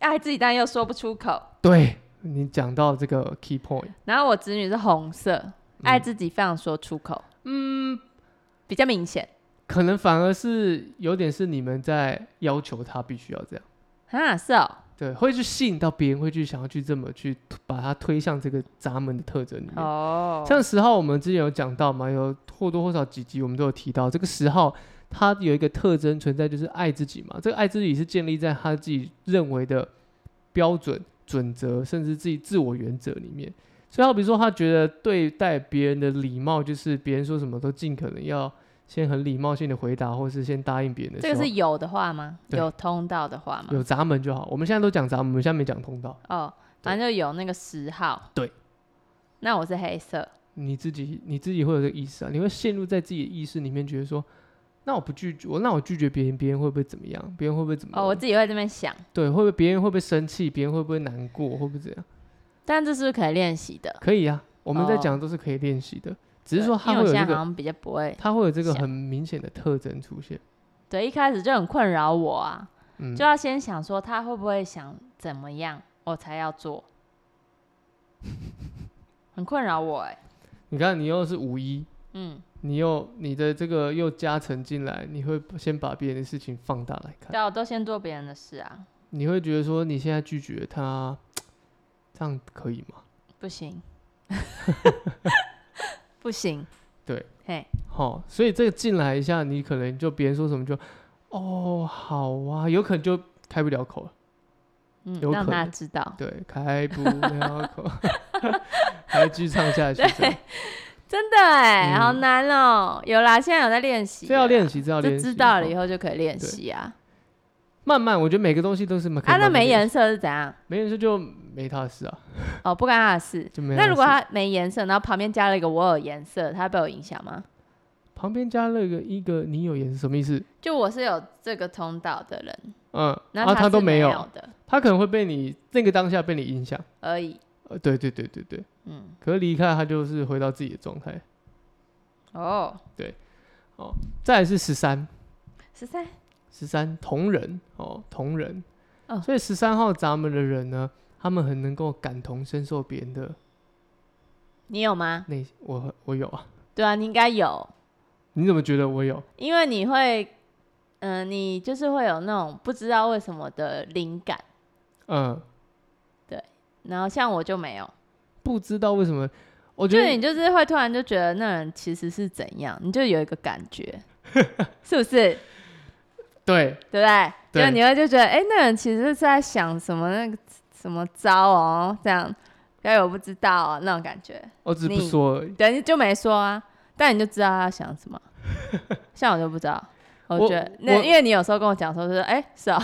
Speaker 2: 爱自己但又说不出口。
Speaker 1: 对你讲到这个 key point，
Speaker 2: 然后我侄女是红色，爱自己非常说出口，
Speaker 1: 嗯，
Speaker 2: 比较明显
Speaker 1: 可能反而是有点是你们在要求他必须要这样。
Speaker 2: 啊，是哦，
Speaker 1: 对，会去吸引到别人，会去想要去这么去把它推向这个咱们的特征里面。
Speaker 2: 哦，
Speaker 1: 像十号，我们之前有讲到嘛，有或多或少几集我们都有提到，这个十号它有一个特征存在，就是爱自己嘛。这个爱自己是建立在他自己认为的标准、准则，甚至自己自我原则里面。所以，好比说，他觉得对待别人的礼貌，就是别人说什么都尽可能要先很礼貌性的回答，或是先答应别人的时
Speaker 2: 这
Speaker 1: 候。
Speaker 2: 个是有的话吗？
Speaker 1: 对
Speaker 2: 有通道的话吗？
Speaker 1: 有闸门就好。我们现在都讲闸门，我们现在没讲通道。
Speaker 2: 哦，反正就有那个十号，
Speaker 1: 对，
Speaker 2: 那我是黑色，
Speaker 1: 你自己你自己会有这个意识啊，你会陷入在自己的意识里面，觉得说，那我不拒绝，我那我拒绝别人，别人会不会怎么样？别人会不会怎么样？
Speaker 2: 哦，我自己会这边想，
Speaker 1: 对，会不会别人会不会生气？别人会不会难过？会不会怎样？
Speaker 2: 但这是不是可以练习的？
Speaker 1: 可以啊，我们在
Speaker 2: 哦
Speaker 1: 讲的都是可以练习的，只是
Speaker 2: 对
Speaker 1: 说它
Speaker 2: 因
Speaker 1: 会
Speaker 2: 为
Speaker 1: 有
Speaker 2: 我现
Speaker 1: 这
Speaker 2: 在好
Speaker 1: 个，
Speaker 2: 像比较不会，
Speaker 1: 它会有这个
Speaker 2: 想
Speaker 1: 很明显的特征出现。
Speaker 2: 对，一开始就很困扰我啊，
Speaker 1: 嗯
Speaker 2: 就，要先想说他会不会想怎么样，我才要做， 很困扰我哎、
Speaker 1: 你看你又是五一，
Speaker 2: 嗯，
Speaker 1: 你又你的这个又加成进来，你会先把别人的事情放大来看，
Speaker 2: 对啊，我都先做别人的事啊，
Speaker 1: 你会觉得说你现在拒绝他，这样可以吗？
Speaker 2: 不行，不行，
Speaker 1: 对，
Speaker 2: 嘿，
Speaker 1: 好、所以这个进来一下，你可能就别人说什么就，哦，好啊，有可能就开不了口了，
Speaker 2: 嗯，
Speaker 1: 有
Speaker 2: 让
Speaker 1: 可
Speaker 2: 他
Speaker 1: 能
Speaker 2: 知道，
Speaker 1: 对，开不了口， 还继续唱下去，这样
Speaker 2: 真的哎、
Speaker 1: 嗯
Speaker 2: 好难哦、有啦，现在有在练习，啊
Speaker 1: 这要练，习，这要
Speaker 2: 就
Speaker 1: 练习，
Speaker 2: 知道了
Speaker 1: 哦
Speaker 2: 以后就可以练
Speaker 1: 对
Speaker 2: 习啊。
Speaker 1: 慢慢，我觉得每个东西都是可以慢
Speaker 2: 啊，
Speaker 1: 慢
Speaker 2: 那
Speaker 1: 地练习。
Speaker 2: 没颜色是怎样？
Speaker 1: 没人说就没他的事啊，
Speaker 2: 哦，不干他的事。
Speaker 1: 就没他的事。
Speaker 2: 那如果他没颜色，然后旁边加了一个我有颜色，他被我影响吗？
Speaker 1: 旁边加了一个一个你有也是什么意思？
Speaker 2: 就我是有这个通道的人，
Speaker 1: 嗯，
Speaker 2: 那
Speaker 1: 然后
Speaker 2: 他
Speaker 1: 都
Speaker 2: 是没
Speaker 1: 有，
Speaker 2: 的
Speaker 1: 他可能会被你那个当下被你影响。
Speaker 2: 而已。
Speaker 1: 呃，对对对对对，
Speaker 2: 嗯，
Speaker 1: 可是离开他就是回到自己的状态。
Speaker 2: 哦，
Speaker 1: 再来是十三，
Speaker 2: 十三，
Speaker 1: 十三同人哦，同人。
Speaker 2: 哦
Speaker 1: 所以十三号闸门的人呢，他们很能够感同身受别人的
Speaker 2: 你有吗？
Speaker 1: 内心。我我有啊，
Speaker 2: 对啊，你应该有，
Speaker 1: 你怎么觉得我有？
Speaker 2: 因为你会，嗯、你就是会有那种不知道为什么的灵感，
Speaker 1: 嗯，
Speaker 2: 然后像我就没有，
Speaker 1: 不知道为什么，我觉
Speaker 2: 就
Speaker 1: 得
Speaker 2: 你就是会突然就觉得那人其实是怎样，你就有一个感 觉，是不是？
Speaker 1: 对，
Speaker 2: 对不对？
Speaker 1: 对
Speaker 2: 就你会就觉得，哎、那人其实是在想什么那个什么招哦，这样，该我不知道啊、那种感觉，
Speaker 1: 我只是不
Speaker 2: 你
Speaker 1: 说而已。
Speaker 2: 对，你就没说啊，但你就知道他想 什么。像我就不知道，我
Speaker 1: 我
Speaker 2: 觉得那
Speaker 1: 我
Speaker 2: 因为你有时候跟我讲说，就是哎、是哦，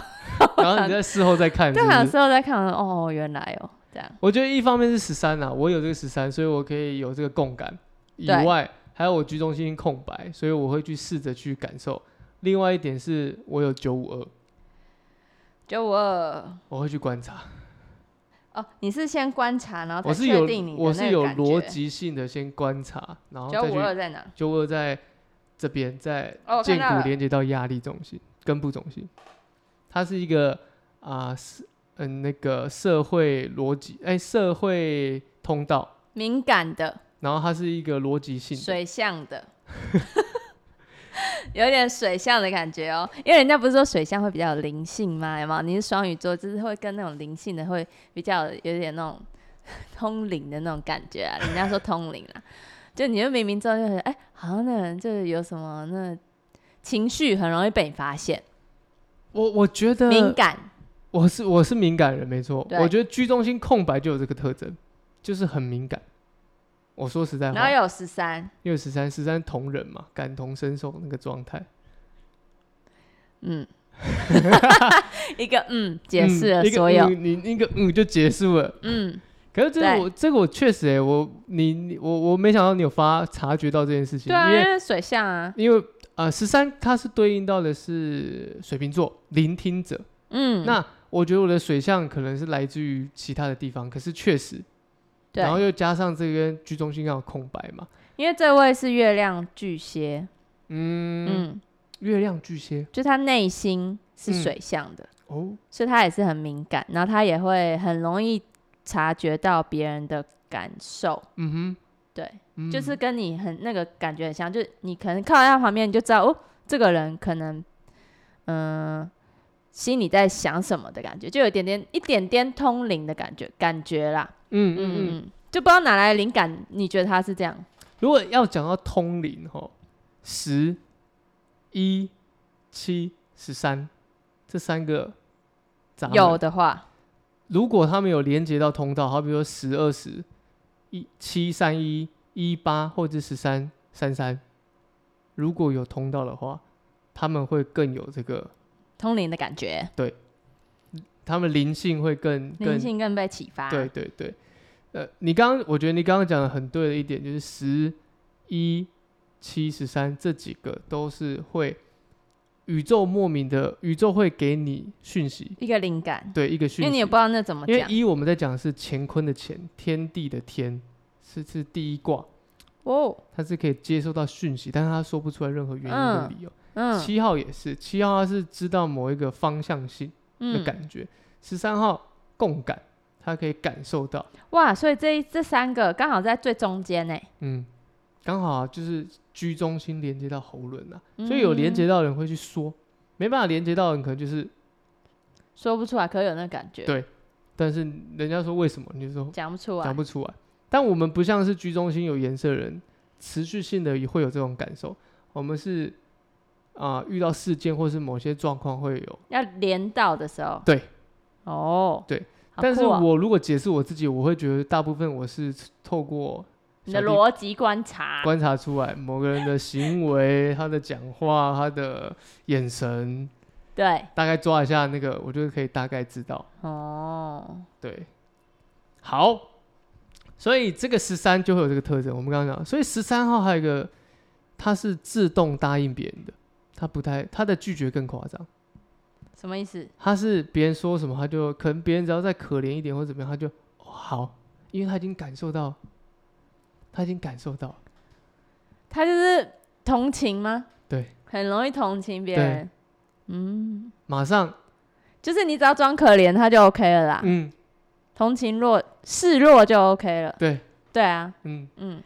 Speaker 1: 然后你在事后再 看，是
Speaker 2: 但
Speaker 1: 不
Speaker 2: 好像
Speaker 1: 是？
Speaker 2: 时候在看，哦，原来哦，这样，
Speaker 1: 我觉得一方面是十三啦，我有这个十三，所以我可以有这个共感。以
Speaker 2: 对
Speaker 1: 外，还有我居中心空白，所以我会去试着去感受。另外一点是我有九五二，
Speaker 2: 就我
Speaker 1: 我会去观察。
Speaker 2: 哦，你是先观察，然后
Speaker 1: 我
Speaker 2: 再
Speaker 1: 是
Speaker 2: 确
Speaker 1: 有
Speaker 2: 定你的
Speaker 1: 我是
Speaker 2: 那个
Speaker 1: 有
Speaker 2: 感觉
Speaker 1: 逻，辑性的先观察，然后
Speaker 2: 九
Speaker 1: 再
Speaker 2: 五
Speaker 1: 去
Speaker 2: 二在哪？
Speaker 1: 就会在这边在
Speaker 2: 哦，我看
Speaker 1: 剑
Speaker 2: 到
Speaker 1: 骨
Speaker 2: 了，
Speaker 1: 连接到压力中心、根部中心，它是一个啊是嗯那个社会逻辑哎社会通道，
Speaker 2: 敏感的，
Speaker 1: 然后它是一个逻辑性的，
Speaker 2: 水象的， 有点水象的感觉哦。因为人家不是说水象会比较有灵性吗？有没有？你是双鱼座，就是会跟那种灵性的会比较有点那种 通灵的那种感觉啊。人家说通灵啦，就你就明明知道，就是哎、好像那人就是有什么那情绪很容易被你发现，
Speaker 1: 我我觉
Speaker 2: 敏
Speaker 1: 得
Speaker 2: 感。
Speaker 1: 我是我是敏感人没错，
Speaker 2: 对
Speaker 1: 我觉得居中心空白就有这个特征，就是很敏感。我说实在
Speaker 2: 然后
Speaker 1: 话，
Speaker 2: 又有十三，
Speaker 1: 因为十三十三同人嘛，感同身受那个状态。
Speaker 2: 嗯，一个嗯解释了
Speaker 1: 嗯一个
Speaker 2: 所有，
Speaker 1: 嗯你那个嗯就结束了。
Speaker 2: 嗯，
Speaker 1: 可是这个
Speaker 2: 对
Speaker 1: 我这个我确实哎、我你你我我没想到你有发察觉到这件事情，
Speaker 2: 对啊，
Speaker 1: 因
Speaker 2: 因
Speaker 1: 为
Speaker 2: 为水象啊，
Speaker 1: 因为呃十三它是对应到的是水瓶座聆听者，
Speaker 2: 嗯，
Speaker 1: 那我觉得我的水象可能是来自于其他的地方，可是确实，
Speaker 2: 对
Speaker 1: 然后又加上这个居中心要有空白嘛，
Speaker 2: 因为这位是月亮巨蟹，
Speaker 1: 嗯，
Speaker 2: 嗯，
Speaker 1: 月亮巨蟹
Speaker 2: 就他内心
Speaker 1: 嗯
Speaker 2: 是水象的，
Speaker 1: 哦，
Speaker 2: 所以他也是很敏感，然后他也会很容易察觉到别人的感受，
Speaker 1: 嗯
Speaker 2: 对，
Speaker 1: 哼，
Speaker 2: 就是
Speaker 1: 嗯
Speaker 2: 跟你很那个感觉很像，就是你可能靠在他旁边，你就知道哦，这个人可能，嗯、心里在想什么的感觉，就有一点点一点点通灵的感觉，感觉啦，
Speaker 1: 嗯嗯嗯
Speaker 2: 嗯嗯嗯，就不知道哪来的灵感，你觉得他是这样？
Speaker 1: 如果要讲到通灵哈，十、一、七、十三这三个闸门
Speaker 2: 有，的话，
Speaker 1: 如果他们有连接到通道，好比说十、二十、一、七、三、一、一八或者十三、三三，如果有通道的话，他们会更有这个，
Speaker 2: 通灵的感觉，
Speaker 1: 他们灵性会更
Speaker 2: 灵
Speaker 1: 更
Speaker 2: 性更被启发，
Speaker 1: 对对对，呃，你刚刚我觉得你刚刚讲的很对的一点就是十一、七、十三这几个都是会宇宙莫名的宇宙会给你讯息，
Speaker 2: 一个灵感。
Speaker 1: 对一个讯息，
Speaker 2: 因为你也不知道那怎么
Speaker 1: 因为
Speaker 2: 讲。
Speaker 1: 一我们在讲的是乾坤的乾，天地的天，是是第一卦，
Speaker 2: 哦，
Speaker 1: 它是可以接收到讯息，但是它说不出来任何原因跟
Speaker 2: 嗯
Speaker 1: 理由。
Speaker 2: 嗯
Speaker 1: 七、号也是，七号它是知道某一个方向性的
Speaker 2: 嗯，
Speaker 1: 感觉，十三、号共感，它可以感受到。
Speaker 2: 哇，所以这一这三个刚好在最中间呢，
Speaker 1: 嗯，刚好啊就是居中心连接到喉轮啊，所以有连接
Speaker 2: 嗯
Speaker 1: 到的人会去说，没办法连接到的人可能就是，
Speaker 2: 说不出来，可有那个感觉，
Speaker 1: 对但是人家说为什么，你就说
Speaker 2: 讲不出来
Speaker 1: 讲，不出来。但我们不像是居中心有颜色的人，持续性的也会有这种感受。我们是啊、遇到事件或是某些状况会有，
Speaker 2: 要连到的时候，
Speaker 1: 对，
Speaker 2: 哦，
Speaker 1: 对
Speaker 2: 好酷哦，
Speaker 1: 但是我如果解释我自己，我会觉得大部分我是透过
Speaker 2: 你的
Speaker 1: 小弟
Speaker 2: 逻辑观察，
Speaker 1: 观察出来某个人的行为、他的讲话、他的眼神，
Speaker 2: 对，
Speaker 1: 大概抓一下那个，我觉得可以大概知道。
Speaker 2: 哦，
Speaker 1: 对，好，所以这个十三就会有这个特征。我们刚刚讲，所以十三号还有一个他是自动答应别人的，他不太他的拒绝更夸张，
Speaker 2: 什么意思？
Speaker 1: 他是别人说什么他就可能别人只要再可怜一点或怎么样他就、哦好，因为他已经感受到，他已经感受到，
Speaker 2: 他就是同情吗？
Speaker 1: 对，
Speaker 2: 很容易同情别人。嗯，
Speaker 1: 马上
Speaker 2: 就是你只要装可怜，他就 OK 了啦。
Speaker 1: 嗯
Speaker 2: 同情弱示弱就 OK 了。
Speaker 1: 对
Speaker 2: 对啊，
Speaker 1: 嗯，
Speaker 2: 嗯，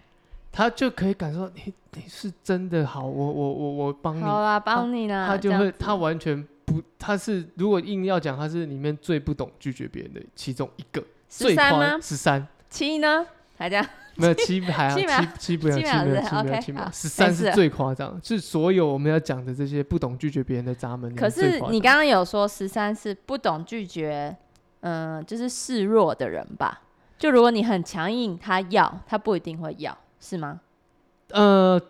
Speaker 1: 他就可以感受到你你是真的好，我我我我帮你，
Speaker 2: 好啦，帮你
Speaker 1: 嗯
Speaker 2: 啦。
Speaker 1: 他就
Speaker 2: 啊这样
Speaker 1: 会他完全不他是如果硬要讲他是里面最不懂拒绝别人的其中一个，
Speaker 2: 十
Speaker 1: 最
Speaker 2: 三
Speaker 1: 夸
Speaker 2: 吗？
Speaker 1: 十三。
Speaker 2: 七呢？还这样？
Speaker 1: 没有七还好，
Speaker 2: 七
Speaker 1: 七
Speaker 2: 秒
Speaker 1: 七不了，
Speaker 2: 七
Speaker 1: 七
Speaker 2: 秒
Speaker 1: 没有，
Speaker 2: 是
Speaker 1: 七没有，
Speaker 2: OK，
Speaker 1: 七没
Speaker 2: 好
Speaker 1: 有，十三
Speaker 2: 没事
Speaker 1: 是最夸张，是所有我们要讲的这些不懂拒绝别人的闸门里面
Speaker 2: 可
Speaker 1: 嗯最
Speaker 2: 是
Speaker 1: 夸张。
Speaker 2: 你刚刚有说十三是不懂拒绝，嗯、就是示弱的人吧？就如果你很强硬，他要他不一定会要，是吗？
Speaker 1: 呃，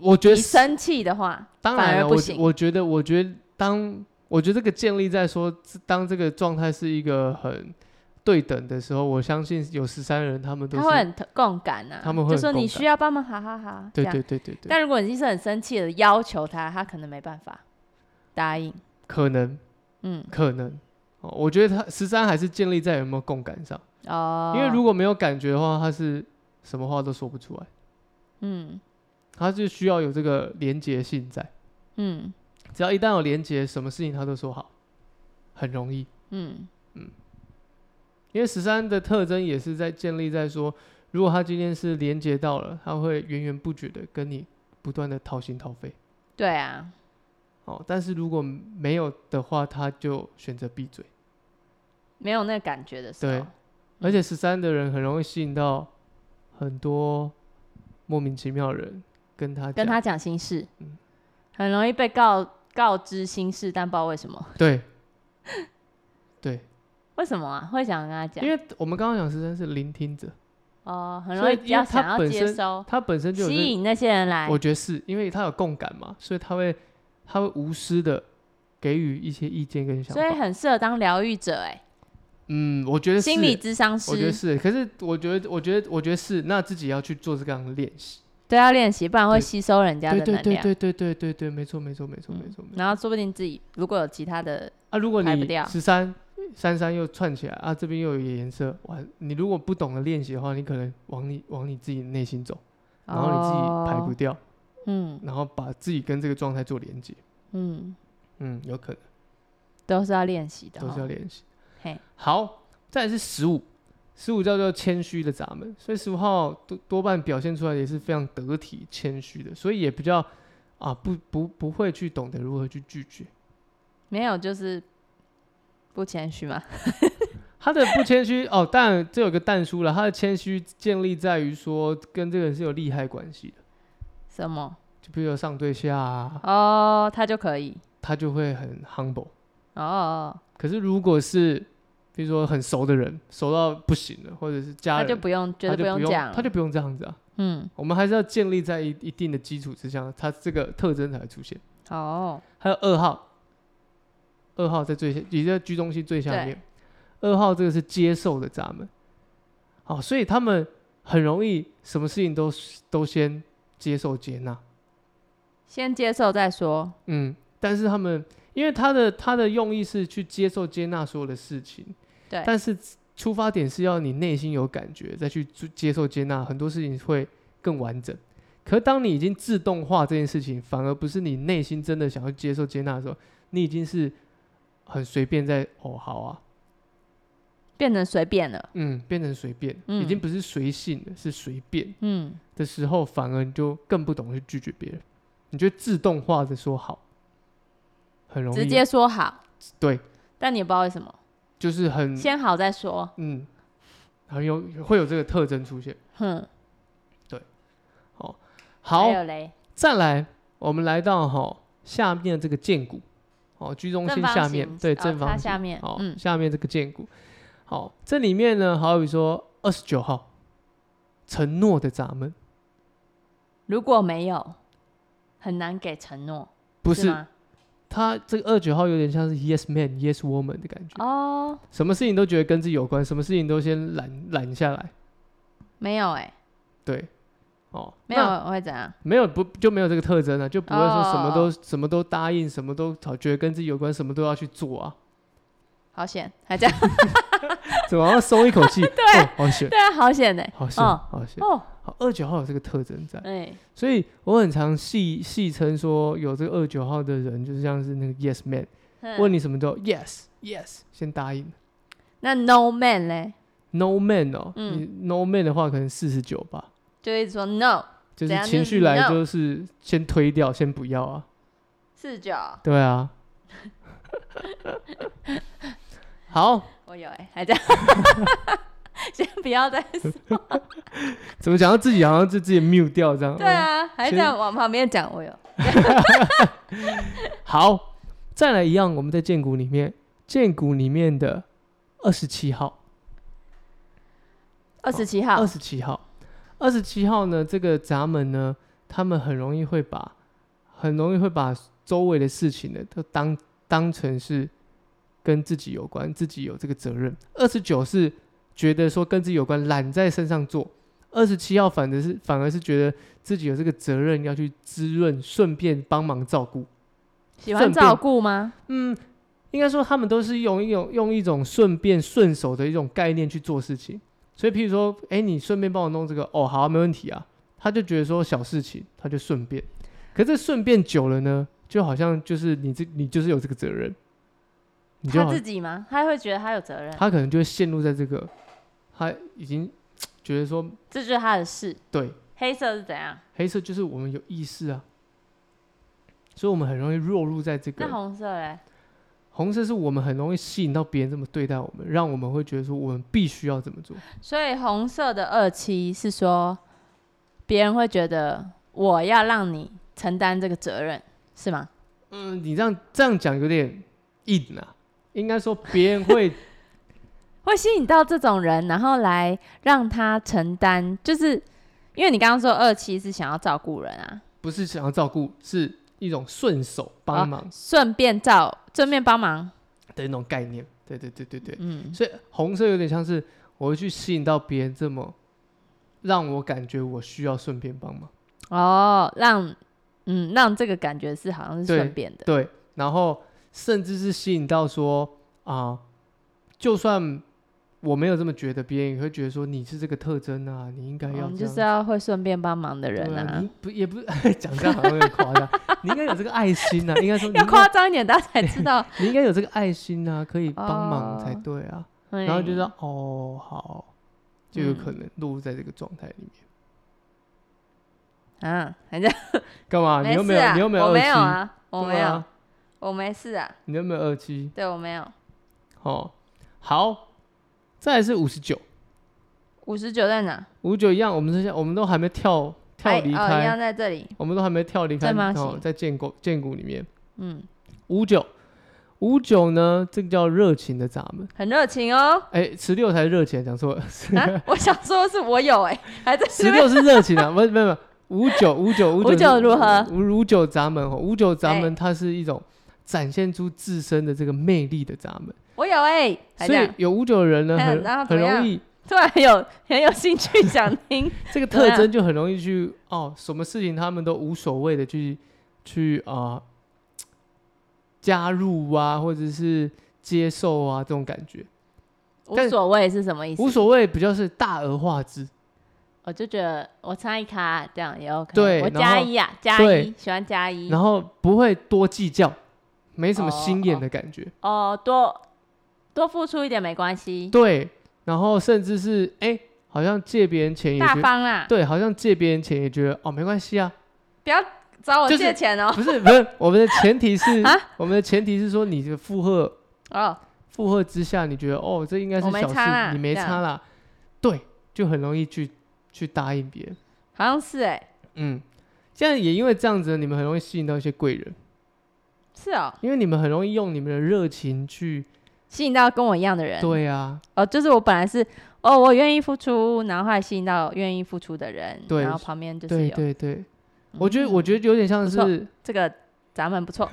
Speaker 1: 我觉
Speaker 2: 你
Speaker 1: 得是
Speaker 2: 生气的话，
Speaker 1: 当
Speaker 2: 反
Speaker 1: 然
Speaker 2: 而
Speaker 1: 了，
Speaker 2: 不
Speaker 1: 我
Speaker 2: 行
Speaker 1: 我觉得，我觉得当我觉得这个建立在说，当这个状态是一个很对等的时候，我相信有十三人他们都
Speaker 2: 他会
Speaker 1: 是
Speaker 2: 很共感啊。
Speaker 1: 他们会
Speaker 2: 就
Speaker 1: 很
Speaker 2: 说你
Speaker 1: 共
Speaker 2: 需
Speaker 1: 感
Speaker 2: 要帮忙，好好好，这
Speaker 1: 对
Speaker 2: 样。
Speaker 1: 对对对对，
Speaker 2: 但如果你是很生气的要求他，他可能没办法答应。
Speaker 1: 可能
Speaker 2: 嗯，
Speaker 1: 可能。哦，我觉得他十三还是建立在有没有共感上，
Speaker 2: 哦，
Speaker 1: 因为如果没有感觉的话，他是什么话都说不出来。
Speaker 2: 嗯
Speaker 1: 他就需要有这个连结性在。
Speaker 2: 嗯
Speaker 1: 只要一旦有连结，什么事情他都说好，很容易。
Speaker 2: 嗯
Speaker 1: 因为十三的特征也是在建立在说，如果他今天是连接到了，他会源源不绝的跟你不断的掏心掏肺。
Speaker 2: 对啊，
Speaker 1: 哦，但是如果没有的话，他就选择闭嘴。
Speaker 2: 没有那个感觉的时
Speaker 1: 对
Speaker 2: 候，
Speaker 1: 而且十三的人很容易吸引到很多莫名其妙的人跟他
Speaker 2: 跟
Speaker 1: 讲
Speaker 2: 他讲心事，
Speaker 1: 嗯
Speaker 2: 很容易被告告知心事，但不知道为什么，
Speaker 1: 对对，
Speaker 2: 为什么啊？会想跟他讲
Speaker 1: 因，为我们刚刚讲十三是聆听者，
Speaker 2: 哦，很容
Speaker 1: 所
Speaker 2: 易
Speaker 1: 以
Speaker 2: 比
Speaker 1: 因为
Speaker 2: 较
Speaker 1: 他
Speaker 2: 想要
Speaker 1: 本
Speaker 2: 接
Speaker 1: 身
Speaker 2: 收，
Speaker 1: 他本身就有这
Speaker 2: 吸引那些人来
Speaker 1: 我，觉得是因为他有共感嘛，所以他会他会无私的给予一些意见跟想
Speaker 2: 所以
Speaker 1: 法。
Speaker 2: 很适合当疗愈者，哎，
Speaker 1: 嗯，我觉得是
Speaker 2: 心理智商
Speaker 1: 我觉得
Speaker 2: 师，
Speaker 1: 是。可是我觉得，我觉得，我觉得是，那自己要去做这个样的练习。
Speaker 2: 都要练习，不然会
Speaker 1: 对
Speaker 2: 吸收人家
Speaker 1: 对
Speaker 2: 的
Speaker 1: 对
Speaker 2: 能
Speaker 1: 对
Speaker 2: 量。嗯
Speaker 1: 对对对对对，没错没错没错没错。没错
Speaker 2: 然后说不定自己如果有其他的，
Speaker 1: 啊，如果
Speaker 2: 排不
Speaker 1: 你
Speaker 2: 掉
Speaker 1: 十三三三又串起来啊，这边又有颜色，哇！你如果不懂得练习的话，你可能往你往你自己的内心走，然后你自己排不
Speaker 2: 哦，
Speaker 1: 掉，
Speaker 2: 嗯
Speaker 1: 然后把自己跟这个状态做连接。
Speaker 2: 嗯，
Speaker 1: 嗯，有可能
Speaker 2: 都是要练习的
Speaker 1: 都
Speaker 2: 哦，
Speaker 1: 是要练习。
Speaker 2: 嘿，
Speaker 1: 好，再来是十五，十五叫做谦虚的闸门，所以十五号多多半表现出来也是非常得体、谦虚的，所以也比较啊不不不会去懂得如何去拒绝。
Speaker 2: 没有就是不谦虚嘛，
Speaker 1: 他的不谦虚哦，但这有个但书了，他的谦虚建立在于说跟这个人是有利害关系的，
Speaker 2: 什么
Speaker 1: 就比如说上对下、啊，
Speaker 2: 哦，他就可以
Speaker 1: 他就会很 humble。
Speaker 2: 哦，
Speaker 1: 可是如果是比如说很熟的人，熟到不行了，或者是家
Speaker 2: 哦他
Speaker 1: 人，
Speaker 2: 就不用觉
Speaker 1: 他
Speaker 2: 得
Speaker 1: 就
Speaker 2: 用讲，
Speaker 1: 他就不用这样子啊。
Speaker 2: 嗯
Speaker 1: 我们还是要建立在一一定的基础之上，它这个特征才会出现。
Speaker 2: 哦，
Speaker 1: 还有二号，二号在最下，也在居中心最下面。二号这个是接受的闸门，好，所以他们很容易什么事情都都先接受接纳，
Speaker 2: 先接受再说，
Speaker 1: 嗯，但是他们因为他的他的用意是去接受接纳所有的事情，
Speaker 2: 对
Speaker 1: 但是出发点是要你内心有感觉，再去接接受接纳，很多事情会更完整。可当你已经自动化这件事情，反而不是你内心真的想要接受接纳的时候，你已经是很随便在哦好啊，
Speaker 2: 变成随便了，
Speaker 1: 嗯，变成随便，
Speaker 2: 嗯
Speaker 1: 已经不是随性了，是随便
Speaker 2: 嗯，
Speaker 1: 的时候，反而你就更不懂去拒绝别人，你就自动化的说好，很容易啊
Speaker 2: 直接说好，
Speaker 1: 对，嗯
Speaker 2: 但你也不知道为什么，
Speaker 1: 就是很
Speaker 2: 先好再说，
Speaker 1: 嗯，很有会有这个特征出现。
Speaker 2: 哼，
Speaker 1: 好
Speaker 2: 还，有嘞，
Speaker 1: 再来，我们来到哈、下面这个剑骨，哦，居中
Speaker 2: 正
Speaker 1: 心
Speaker 2: 方
Speaker 1: 下面
Speaker 2: 形
Speaker 1: 对
Speaker 2: 哦
Speaker 1: 正
Speaker 2: 它
Speaker 1: 方
Speaker 2: 下
Speaker 1: 形，
Speaker 2: 面，
Speaker 1: 哦，
Speaker 2: 嗯，
Speaker 1: 下面这个剑骨，好、这里面呢，好比说二十九号承诺的闸门，
Speaker 2: 如果没有，很难给承诺，
Speaker 1: 不是
Speaker 2: 吗？
Speaker 1: 它这个二十九号有点像是 yes man yes woman 的感觉，
Speaker 2: 哦，
Speaker 1: 什么事情都觉得跟自己有关，什么事情都先揽揽下来，
Speaker 2: 没有哎，
Speaker 1: 对，哦，
Speaker 2: 没有
Speaker 1: 那
Speaker 2: 我会怎样？
Speaker 1: 没有不就没有这个特征啊，就不会说什么都、
Speaker 2: 哦
Speaker 1: 什么都答应，什么都好觉得跟自己有关，什么都要去做啊，
Speaker 2: 好险，还这样，
Speaker 1: 怎么要松一口 气？对、哦，好险，
Speaker 2: 对啊， 好险呢、
Speaker 1: 好险，
Speaker 2: 哦
Speaker 1: 好险。
Speaker 2: 哦，
Speaker 1: 好，二九号有这个特征在，
Speaker 2: 哎、
Speaker 1: 所以我很常戏戏称说，有这个二九号的人，就是像是那个 yes man，、
Speaker 2: 嗯
Speaker 1: 问你什么都 yes yes，先答应。
Speaker 2: 那 no man 嘞，
Speaker 1: no man 哦，
Speaker 2: 嗯
Speaker 1: 你 no man 的话可能四十九吧，
Speaker 2: 就一直说 no
Speaker 1: 就
Speaker 2: 怎
Speaker 1: 是
Speaker 2: 样
Speaker 1: 情
Speaker 2: 就是
Speaker 1: 绪来
Speaker 2: no
Speaker 1: 就是先推掉，先不要啊，
Speaker 2: 四九，
Speaker 1: 对 啊。好，
Speaker 2: 我有哎、还这样， 先不要再说，
Speaker 1: 怎么讲到自己好像就自己 mute 掉这样？
Speaker 2: 对啊，还这样往旁边讲，我有，
Speaker 1: 嗯。好，再来一样，我们在剑骨里面，剑骨里面的二十七号。
Speaker 2: 二十七号
Speaker 1: 二，十七号，二十七号呢，这个闸门呢，他们很容易会把很容易会把周围的事情呢，都当当成是跟自己有关，自己有这个责任。二十九是觉得说跟自己有关，揽在身上做。二十七号反而是反而是觉得自己有这个责任要去滋润，顺便帮忙照顾。
Speaker 2: 喜欢
Speaker 1: 顺便
Speaker 2: 照顾吗？
Speaker 1: 嗯，应该说他们都是用一种用一种顺便顺手的一种概念去做事情。所以，譬如说，哎、你顺便帮我弄这个，哦，好啊、没问题啊。他就觉得说小事情，他就顺便。可这顺便久了呢，就好像就是你这你就是有这个责任，你就
Speaker 2: 他
Speaker 1: 好
Speaker 2: 自己吗？他会觉得他有责任，
Speaker 1: 他可能就会陷入在这个，他已经觉得说
Speaker 2: 这就是他的事。
Speaker 1: 对
Speaker 2: 黑色是怎样？
Speaker 1: 黑色就是我们有意识啊，所以我们很容易落入在这个
Speaker 2: 那红色嘞？
Speaker 1: 红色是我们很容易吸引到别人这么对待我们，让我们会觉得说我们必须要这么做。
Speaker 2: 所以红色的二七是说，别人会觉得我要让你承担这个责任，是吗？
Speaker 1: 嗯，你这样这样讲有点硬啊，应该说别人会
Speaker 2: 会吸引到这种人，然后来让他承担，就是因为你刚刚说二七是想要照顾人啊，
Speaker 1: 不是想要照顾，是一种顺手帮忙
Speaker 2: 顺便照，顺便帮忙，
Speaker 1: 的那种概念。对对对对对，
Speaker 2: 嗯，
Speaker 1: 所以红色有点像是我会去吸引到别人这么让我感觉我需要顺便帮忙。
Speaker 2: 哦，让，嗯，让这个感觉是好像是
Speaker 1: 对
Speaker 2: 顺便的，
Speaker 1: 对，然后甚至是吸引到说啊、就算我没有这么觉得，别人也会觉得说你是这个特征啊，你应该要
Speaker 2: 嗯，
Speaker 1: 这
Speaker 2: 就
Speaker 1: 样
Speaker 2: 是要会顺便帮忙的
Speaker 1: 对
Speaker 2: 人
Speaker 1: 啊，
Speaker 2: 啊，
Speaker 1: 你不也不 讲这样好像有点夸张，你应该有这个爱心啊，应该 说你
Speaker 2: 要
Speaker 1: 应
Speaker 2: 夸
Speaker 1: 该
Speaker 2: 张一点，大家才知道，
Speaker 1: 你应该有这个爱心啊，可以帮忙才
Speaker 2: 哦
Speaker 1: 对啊，
Speaker 2: 然
Speaker 1: 然后就说哦好，就有
Speaker 2: 嗯
Speaker 1: 可能落入在这个状态里面。
Speaker 2: 啊，反正
Speaker 1: 干嘛？你
Speaker 2: 没
Speaker 1: 又
Speaker 2: 事
Speaker 1: 没有，
Speaker 2: 啊，
Speaker 1: 你又没有
Speaker 2: 我
Speaker 1: 二
Speaker 2: 没有
Speaker 1: 七，
Speaker 2: 啊，我
Speaker 1: 对
Speaker 2: 没有
Speaker 1: 啊，
Speaker 2: 我没事啊，
Speaker 1: 你又没有二七，
Speaker 2: 对我没有。
Speaker 1: 哦，好，再来是五十九，
Speaker 2: 五十九在哪？
Speaker 1: 五九一样，我们这些我们都还没跳跳
Speaker 2: 哎
Speaker 1: 离
Speaker 2: 哦，一
Speaker 1: 开，
Speaker 2: 样在这里。
Speaker 1: 我们都还没跳离开，
Speaker 2: 在吗
Speaker 1: 哦
Speaker 2: 行
Speaker 1: 在建构建谷里面，
Speaker 2: 嗯，
Speaker 1: 五九五九呢，这个叫热情的闸门，
Speaker 2: 很热情哦。
Speaker 1: 哎，十六才是热情，讲错 了，
Speaker 2: 啊，我想说是我有哎、还在
Speaker 1: 十
Speaker 2: 这边。
Speaker 1: 六是热情啊，不是不是不是五九五九五
Speaker 2: 59
Speaker 1: 是
Speaker 2: 如何
Speaker 1: 五五九闸门哦，五九闸
Speaker 2: 哎
Speaker 1: 门它是一种展现出自身的这个魅力的闸门，
Speaker 2: 我有哎、
Speaker 1: 所
Speaker 2: 还这
Speaker 1: 以
Speaker 2: 样。
Speaker 1: 有五九的人呢，
Speaker 2: 哎
Speaker 1: 很
Speaker 2: 然后怎
Speaker 1: 很
Speaker 2: 么
Speaker 1: 容
Speaker 2: 样
Speaker 1: 易
Speaker 2: 突然很有很有兴趣想听，
Speaker 1: 这个
Speaker 2: 怎么
Speaker 1: 特
Speaker 2: 样
Speaker 1: 征就很容易去哦，什么事情他们都无所谓的去去啊、呃加入啊，或者是接受啊这种感觉，
Speaker 2: 无
Speaker 1: 但
Speaker 2: 所谓是什么意思？
Speaker 1: 无所谓比较是大而化之。
Speaker 2: 我就觉得我差一卡这样也 OK。
Speaker 1: 对
Speaker 2: 我
Speaker 1: 然
Speaker 2: 加
Speaker 1: 后
Speaker 2: 一啊，加
Speaker 1: 对
Speaker 2: 一，喜欢加一
Speaker 1: 然。后不会多计较，没什么
Speaker 2: 哦
Speaker 1: 心眼的感觉。
Speaker 2: 哦，多多付出一点没关系，
Speaker 1: 对，然后甚至是哎、好像借别人钱也
Speaker 2: 大
Speaker 1: 觉得
Speaker 2: 方啦，
Speaker 1: 对，好像借别人钱也觉得哦没关系啊，
Speaker 2: 不要找我
Speaker 1: 就是
Speaker 2: 借钱哦。
Speaker 1: 不是不是，我们的前提是
Speaker 2: 啊
Speaker 1: 我们的前提是说你的负荷
Speaker 2: 哦，
Speaker 1: 负荷之下，你觉得哦这应该是
Speaker 2: 我没
Speaker 1: 小事，
Speaker 2: 差啦
Speaker 1: 你没
Speaker 2: 这样
Speaker 1: 差啦，对，就很容易去去答应别人，
Speaker 2: 好像是哎、
Speaker 1: 嗯。现在也因为这样子，你们很容易吸引到一些贵人，
Speaker 2: 是哦，
Speaker 1: 因为你们很容易用你们的热情去，
Speaker 2: 吸引到跟我一样的人。
Speaker 1: 对啊，
Speaker 2: 哦，就是我本来是哦，我愿意付出，然后后来吸引到愿意付出的人，
Speaker 1: 对
Speaker 2: 然后旁边就是
Speaker 1: 对
Speaker 2: 有
Speaker 1: 对对，我觉得
Speaker 2: 嗯
Speaker 1: 我觉得有点像
Speaker 2: 不错
Speaker 1: 是
Speaker 2: 这个咱们 不错，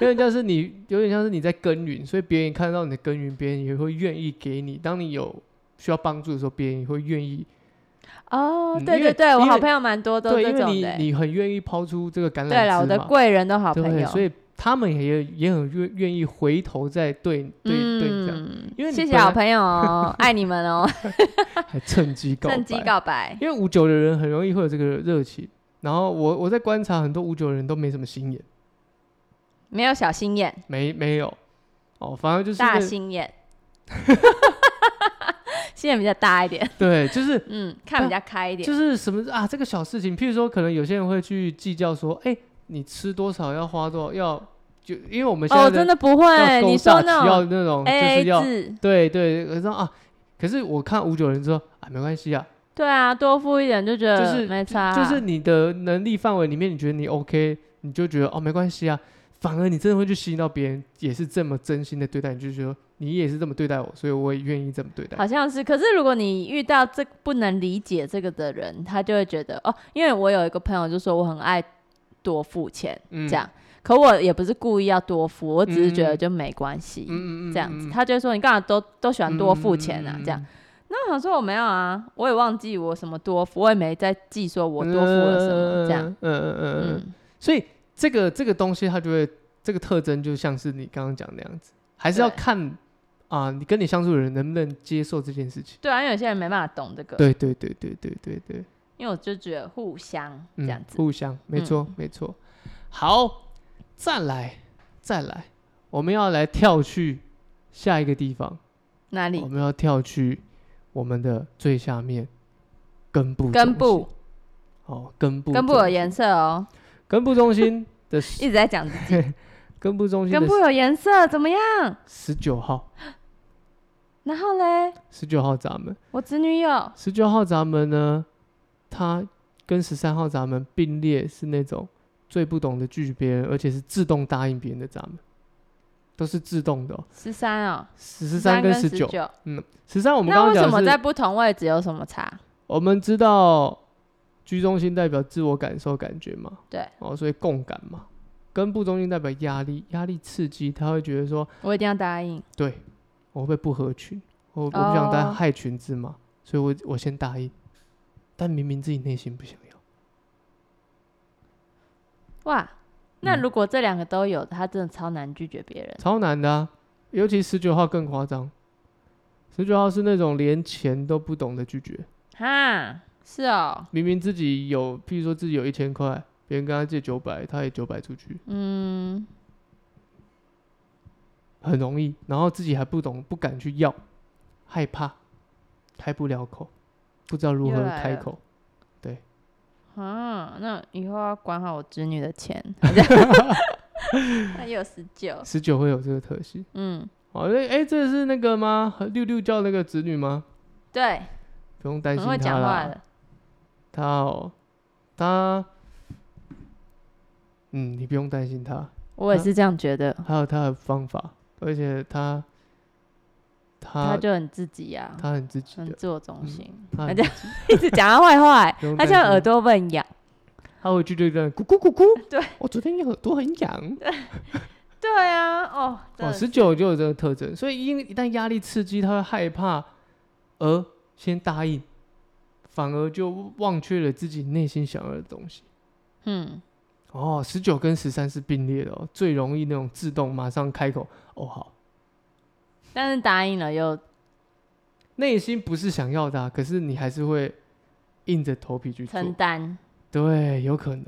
Speaker 1: 有点像是你，有点像是你在耕耘，所以别人看到你的耕耘，别人也会愿意给你。当你有需要帮助的时候，别人也会愿意
Speaker 2: 哦，
Speaker 1: 嗯
Speaker 2: 对
Speaker 1: 因为
Speaker 2: 对对，我
Speaker 1: 因为
Speaker 2: 好朋友蛮多都
Speaker 1: 对，
Speaker 2: 这
Speaker 1: 因
Speaker 2: 种
Speaker 1: 为
Speaker 2: 的
Speaker 1: 你
Speaker 2: 欸。
Speaker 1: 你很愿意抛出这个橄榄枝
Speaker 2: 对了，我的
Speaker 1: 嘛
Speaker 2: 贵人都好朋
Speaker 1: 对，
Speaker 2: 友，
Speaker 1: 所以他们也也很愿愿意回头再对对对你这样，
Speaker 2: 嗯
Speaker 1: 因为你
Speaker 2: 谢谢
Speaker 1: 本来
Speaker 2: 好朋友 哦，爱你们哦，
Speaker 1: 还趁机告白。
Speaker 2: 趁机告白。
Speaker 1: 因为五九的人很容易会有这个热情，然后我我在观察很多五九的人都没什么心眼，
Speaker 2: 没有小心眼，
Speaker 1: 没没有哦，反而就是
Speaker 2: 大
Speaker 1: 那
Speaker 2: 心眼，心眼比较大一点，
Speaker 1: 对， 就是
Speaker 2: 嗯，看比较开一点
Speaker 1: 就。是什么啊，这个小事情，譬如说，可能有些人会去计较说，哎、你吃多少要花多少，要就因啊为我们现在
Speaker 2: 哦，真的不会，
Speaker 1: 要勾
Speaker 2: 你
Speaker 1: 大
Speaker 2: 说
Speaker 1: 起
Speaker 2: 那
Speaker 1: 要
Speaker 2: 种
Speaker 1: 那种就
Speaker 2: A
Speaker 1: 是要
Speaker 2: A 制，
Speaker 1: 对对，可是啊，可是我看五九人说啊，没关系啊，
Speaker 2: 对啊，多付一点就觉
Speaker 1: 就是
Speaker 2: 得没差啊，
Speaker 1: 就是你的能力范围里面，你觉得你 OK，你就觉得哦没关系啊。反而你真的会去吸引到别人，也是这么真心的对待你，就是说你也是这么对待我，所以我也愿意这么对待你。
Speaker 2: 好像是，可是如果你遇到这不能理解这个的人，他就会觉得哦，因为我有一个朋友就说我很爱多付钱
Speaker 1: 嗯
Speaker 2: 这样，可我也不是故意要多付，我只是觉
Speaker 1: 嗯
Speaker 2: 得就没关系、
Speaker 1: 嗯嗯嗯，
Speaker 2: 这样
Speaker 1: 嗯
Speaker 2: 子，他就会说你干嘛都都喜欢多付钱啊、这样。，
Speaker 1: 嗯
Speaker 2: 那我想说我没有啊，我也忘记我什么多付，我也没在记说我多付了什么、这样，，
Speaker 1: 嗯嗯嗯嗯嗯嗯。
Speaker 2: 嗯，
Speaker 1: 所以这个这个东西，它就会这个特征，就像是你刚刚讲那样子，还是要
Speaker 2: 对
Speaker 1: 看啊、你跟你相处的人能不能接受这件事情。
Speaker 2: 对啊，因为有些人没办法懂这个，
Speaker 1: 对对对对对对对，
Speaker 2: 因为我就觉得互相这
Speaker 1: 嗯，
Speaker 2: 样子，嗯
Speaker 1: 互相，没错、没错。好，再来再来，我们要来跳去下一个地方，
Speaker 2: 哪
Speaker 1: 我
Speaker 2: 里
Speaker 1: 们要跳去我们的最下面根部
Speaker 2: 根
Speaker 1: 中
Speaker 2: 部
Speaker 1: 心哦，根部
Speaker 2: 根部
Speaker 1: 中
Speaker 2: 有
Speaker 1: 心
Speaker 2: 颜色哦，
Speaker 1: 根部中心 的
Speaker 2: 一直 在讲自己
Speaker 1: 根部中心
Speaker 2: 根
Speaker 1: 的
Speaker 2: 部有颜色，怎么样？
Speaker 1: 十九号
Speaker 2: 然后嘞，
Speaker 1: 十九号闸门。
Speaker 2: 我侄女友，
Speaker 1: 十九号闸门呢，它跟十三号闸门并列，是那种最不懂得拒绝别人，而且是自动答应别人的闸门，都是自动的、哦。
Speaker 2: 十三哦，
Speaker 1: 十三跟十
Speaker 2: 十
Speaker 1: 九，十三我们
Speaker 2: 那
Speaker 1: 刚刚
Speaker 2: 为什
Speaker 1: 讲
Speaker 2: 么
Speaker 1: 的
Speaker 2: 在
Speaker 1: 是，
Speaker 2: 不同位置有什么差？
Speaker 1: 我们知道居中心代表自我感受感觉嘛，
Speaker 2: 对，
Speaker 1: 哦，所以共感嘛，根部中心代表压力，压力刺激，他会觉得说，
Speaker 2: 我一定要答应。
Speaker 1: 对我会不会不合群，我我不想当
Speaker 2: 哦
Speaker 1: 害群之马，所以我我先答应，但明明自己内心不想要。
Speaker 2: 哇，那
Speaker 1: 嗯
Speaker 2: 如果这两个都有，他真的超难拒绝别人。
Speaker 1: 超难的、啊，尤其十九号更夸张。十九号是那种连钱都不懂得拒绝，
Speaker 2: 哈，是哦，
Speaker 1: 明明自己有，譬如说自己有一千块，别人跟他借九百，他也九百出去，
Speaker 2: 嗯，
Speaker 1: 很容易。然后自己还不懂，不敢去要，害怕，开不了口，不知道如
Speaker 2: 又
Speaker 1: 何
Speaker 2: 来了
Speaker 1: 开口。
Speaker 2: 啊，那以后要管好我侄女的 钱。那也有十九，
Speaker 1: 十九会有这个特性。
Speaker 2: 嗯，
Speaker 1: 哦，哎、哎，这是那个吗？六六叫那个子女吗？
Speaker 2: 对，
Speaker 1: 不用担
Speaker 2: 很
Speaker 1: 心
Speaker 2: 会
Speaker 1: 他
Speaker 2: 讲话
Speaker 1: 啦
Speaker 2: 的，，
Speaker 1: 他哦，他，嗯，你不用担心他。
Speaker 2: 我也是这样觉得。
Speaker 1: 还有他的方法，而且他
Speaker 2: 他
Speaker 1: 他
Speaker 2: 就嗯很自己呀、
Speaker 1: 他很自己
Speaker 2: 很
Speaker 1: 的，
Speaker 2: 自我中心，
Speaker 1: 他
Speaker 2: 而
Speaker 1: 很
Speaker 2: 且一直讲他坏话、欸
Speaker 1: 不用，
Speaker 2: 他
Speaker 1: 担
Speaker 2: 像耳
Speaker 1: 心
Speaker 2: 朵被你痒。
Speaker 1: 他会去对这样咕咕咕咕。
Speaker 2: 对，
Speaker 1: 我昨天耳朵很痒。
Speaker 2: 对啊，哦，真
Speaker 1: 哦，
Speaker 2: 的是
Speaker 1: 十九就有这个特征，所以因一旦压力刺激，他会害怕，而先答应，反而就忘却了自己内心想要的东西。
Speaker 2: 嗯，
Speaker 1: 哦，十九跟十三是并列的哦，最容易那种自动马上开口。哦，好，
Speaker 2: 但是答应了又
Speaker 1: 内心不是想要的啊、可是你还是会硬着头皮去做
Speaker 2: 承。担，
Speaker 1: 对，有可能。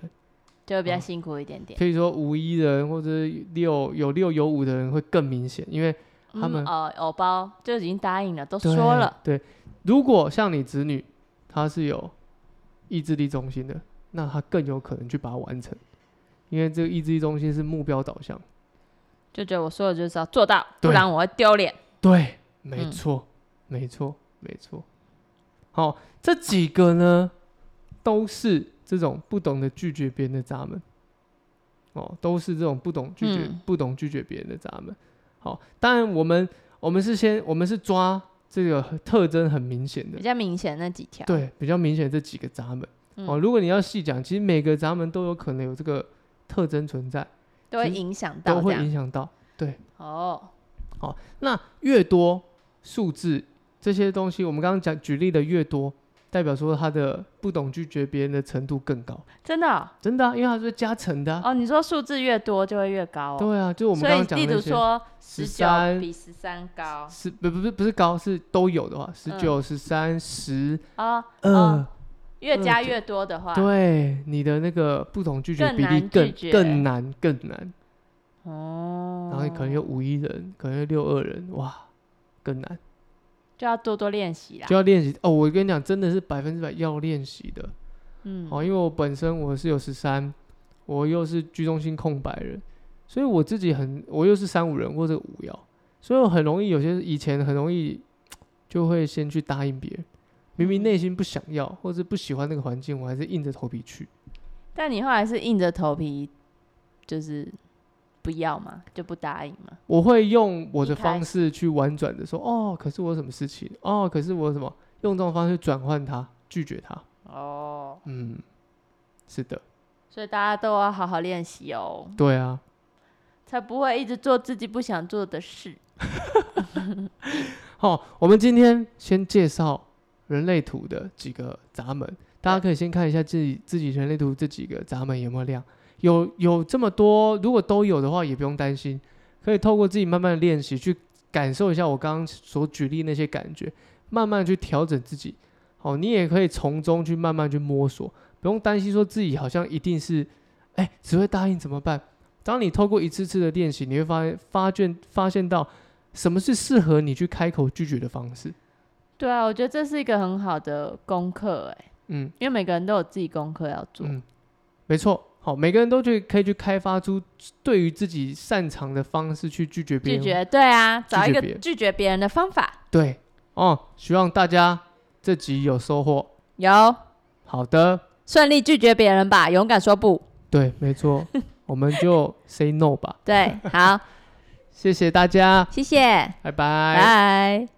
Speaker 2: 就会比
Speaker 1: 哦
Speaker 2: 较辛苦一点点。
Speaker 1: 可以说五一的人或者是六有六有五的人会更明显，因为他们
Speaker 2: 嗯、哦，偶包就已经答应了，都
Speaker 1: 对
Speaker 2: 说了，
Speaker 1: 对，如果像你子女，他是有意志力中心的，那他更有可能去把它完成，因为这个意志力中心是目标导向。
Speaker 2: 就觉得我说的就是要做到，不
Speaker 1: 对
Speaker 2: 然我会丢脸。
Speaker 1: 对，没
Speaker 2: 嗯
Speaker 1: 错，没错，没错。好，这几个呢，都是这种不懂得拒绝别人的闸门。哦，都是这种不懂拒绝、
Speaker 2: 嗯
Speaker 1: 不懂拒绝别人的闸门。好，当然我们我们是先我们是抓这个特征很明显的
Speaker 2: 比，较明显那几条，
Speaker 1: 对，比较明显的这几个闸门。
Speaker 2: 嗯
Speaker 1: 哦，如果你要细讲，其实每个闸门都有可能有这个特征存在，
Speaker 2: 都会
Speaker 1: 其实
Speaker 2: 影响到
Speaker 1: 都
Speaker 2: 这
Speaker 1: 会
Speaker 2: 样。
Speaker 1: 影响到。
Speaker 2: 哦，
Speaker 1: 那越多数字这些东西，我们刚刚讲举例的越多，代表说他的不懂拒绝别人的程度更高，
Speaker 2: 真的哦，
Speaker 1: 真的、啊，因为他是加成的啊、
Speaker 2: 哦你说数字越多就会越高哦，
Speaker 1: 对啊，就我们
Speaker 2: 所
Speaker 1: 刚
Speaker 2: 以
Speaker 1: 刚讲
Speaker 2: 例
Speaker 1: 的那
Speaker 2: 如
Speaker 1: 些，
Speaker 2: 说十九
Speaker 1: 13
Speaker 2: 比十三高
Speaker 1: 是不不是不是高，是都有的话，
Speaker 2: 嗯
Speaker 1: 十九、十三、十
Speaker 2: 啊，
Speaker 1: 二
Speaker 2: 哦，越加越多的话，
Speaker 1: 对，你的那个不懂拒绝
Speaker 2: 更
Speaker 1: 比例
Speaker 2: 难
Speaker 1: 更
Speaker 2: 拒绝
Speaker 1: 更难更难，
Speaker 2: 哦，
Speaker 1: 然后可能有五一人，可能有六二人，哇，更难，
Speaker 2: 就要多多练习啦
Speaker 1: 就，要练习哦。我跟你讲，真的是百分之百要练习的。
Speaker 2: 嗯，
Speaker 1: 哦，因为我本身我是有十三，我又是居中心空白人，所以我自己很，我又是三五人或者五幺，所以我很容易有些以前很容易就会先去答应别人，明
Speaker 2: 嗯
Speaker 1: 明内心不想要或者不喜欢那个环境，我还是硬着头皮去。
Speaker 2: 但你后来是硬着头皮，就是不要嘛，就不答应嘛。
Speaker 1: 我会用我
Speaker 2: 一
Speaker 1: 的
Speaker 2: 开
Speaker 1: 方式去婉转的说，哦，可是我有什么事情，哦，可是我有什么，用这种方式转换它，拒绝它。
Speaker 2: 哦，
Speaker 1: 嗯，是的，
Speaker 2: 所以大家都要好好练习哦，
Speaker 1: 对啊，
Speaker 2: 才不会一直做自己不想做的事。
Speaker 1: 好、我们今天先介绍人类图的几个闸门，大家可以先看一下自己自己人类图这几个闸门有没有亮，有有这么多，如果都有的话，也不用担心，可以透过自己慢慢的练习去感受一下我刚刚所举例那些感觉，慢慢去调整自己。好、你也可以从中去慢慢去摸索，不用担心说自己好像一定是，哎，只会答应怎么办？当你透过一次次的练习，你会发发现发现到什么是适合你去开口拒绝的方式？
Speaker 2: 对啊，我觉得这是一个很好的功课哎、
Speaker 1: 嗯
Speaker 2: 因为每个人都有自己功课要做。
Speaker 1: 嗯，没错。好，每个人都去可以去开发出对于自己擅长的方式去拒绝别
Speaker 2: 拒
Speaker 1: 人。
Speaker 2: 绝，对啊，找一
Speaker 1: 绝
Speaker 2: 个
Speaker 1: 别人
Speaker 2: 拒绝别人的方法。
Speaker 1: 对哦，希望大家这集有收获。
Speaker 2: 有
Speaker 1: 好的，
Speaker 2: 顺利拒绝别人吧，勇敢说不。
Speaker 1: 对，没 错，我们就 say no 吧。
Speaker 2: 对，好，
Speaker 1: 谢谢大家，
Speaker 2: 谢谢，
Speaker 1: 拜拜。
Speaker 2: 拜。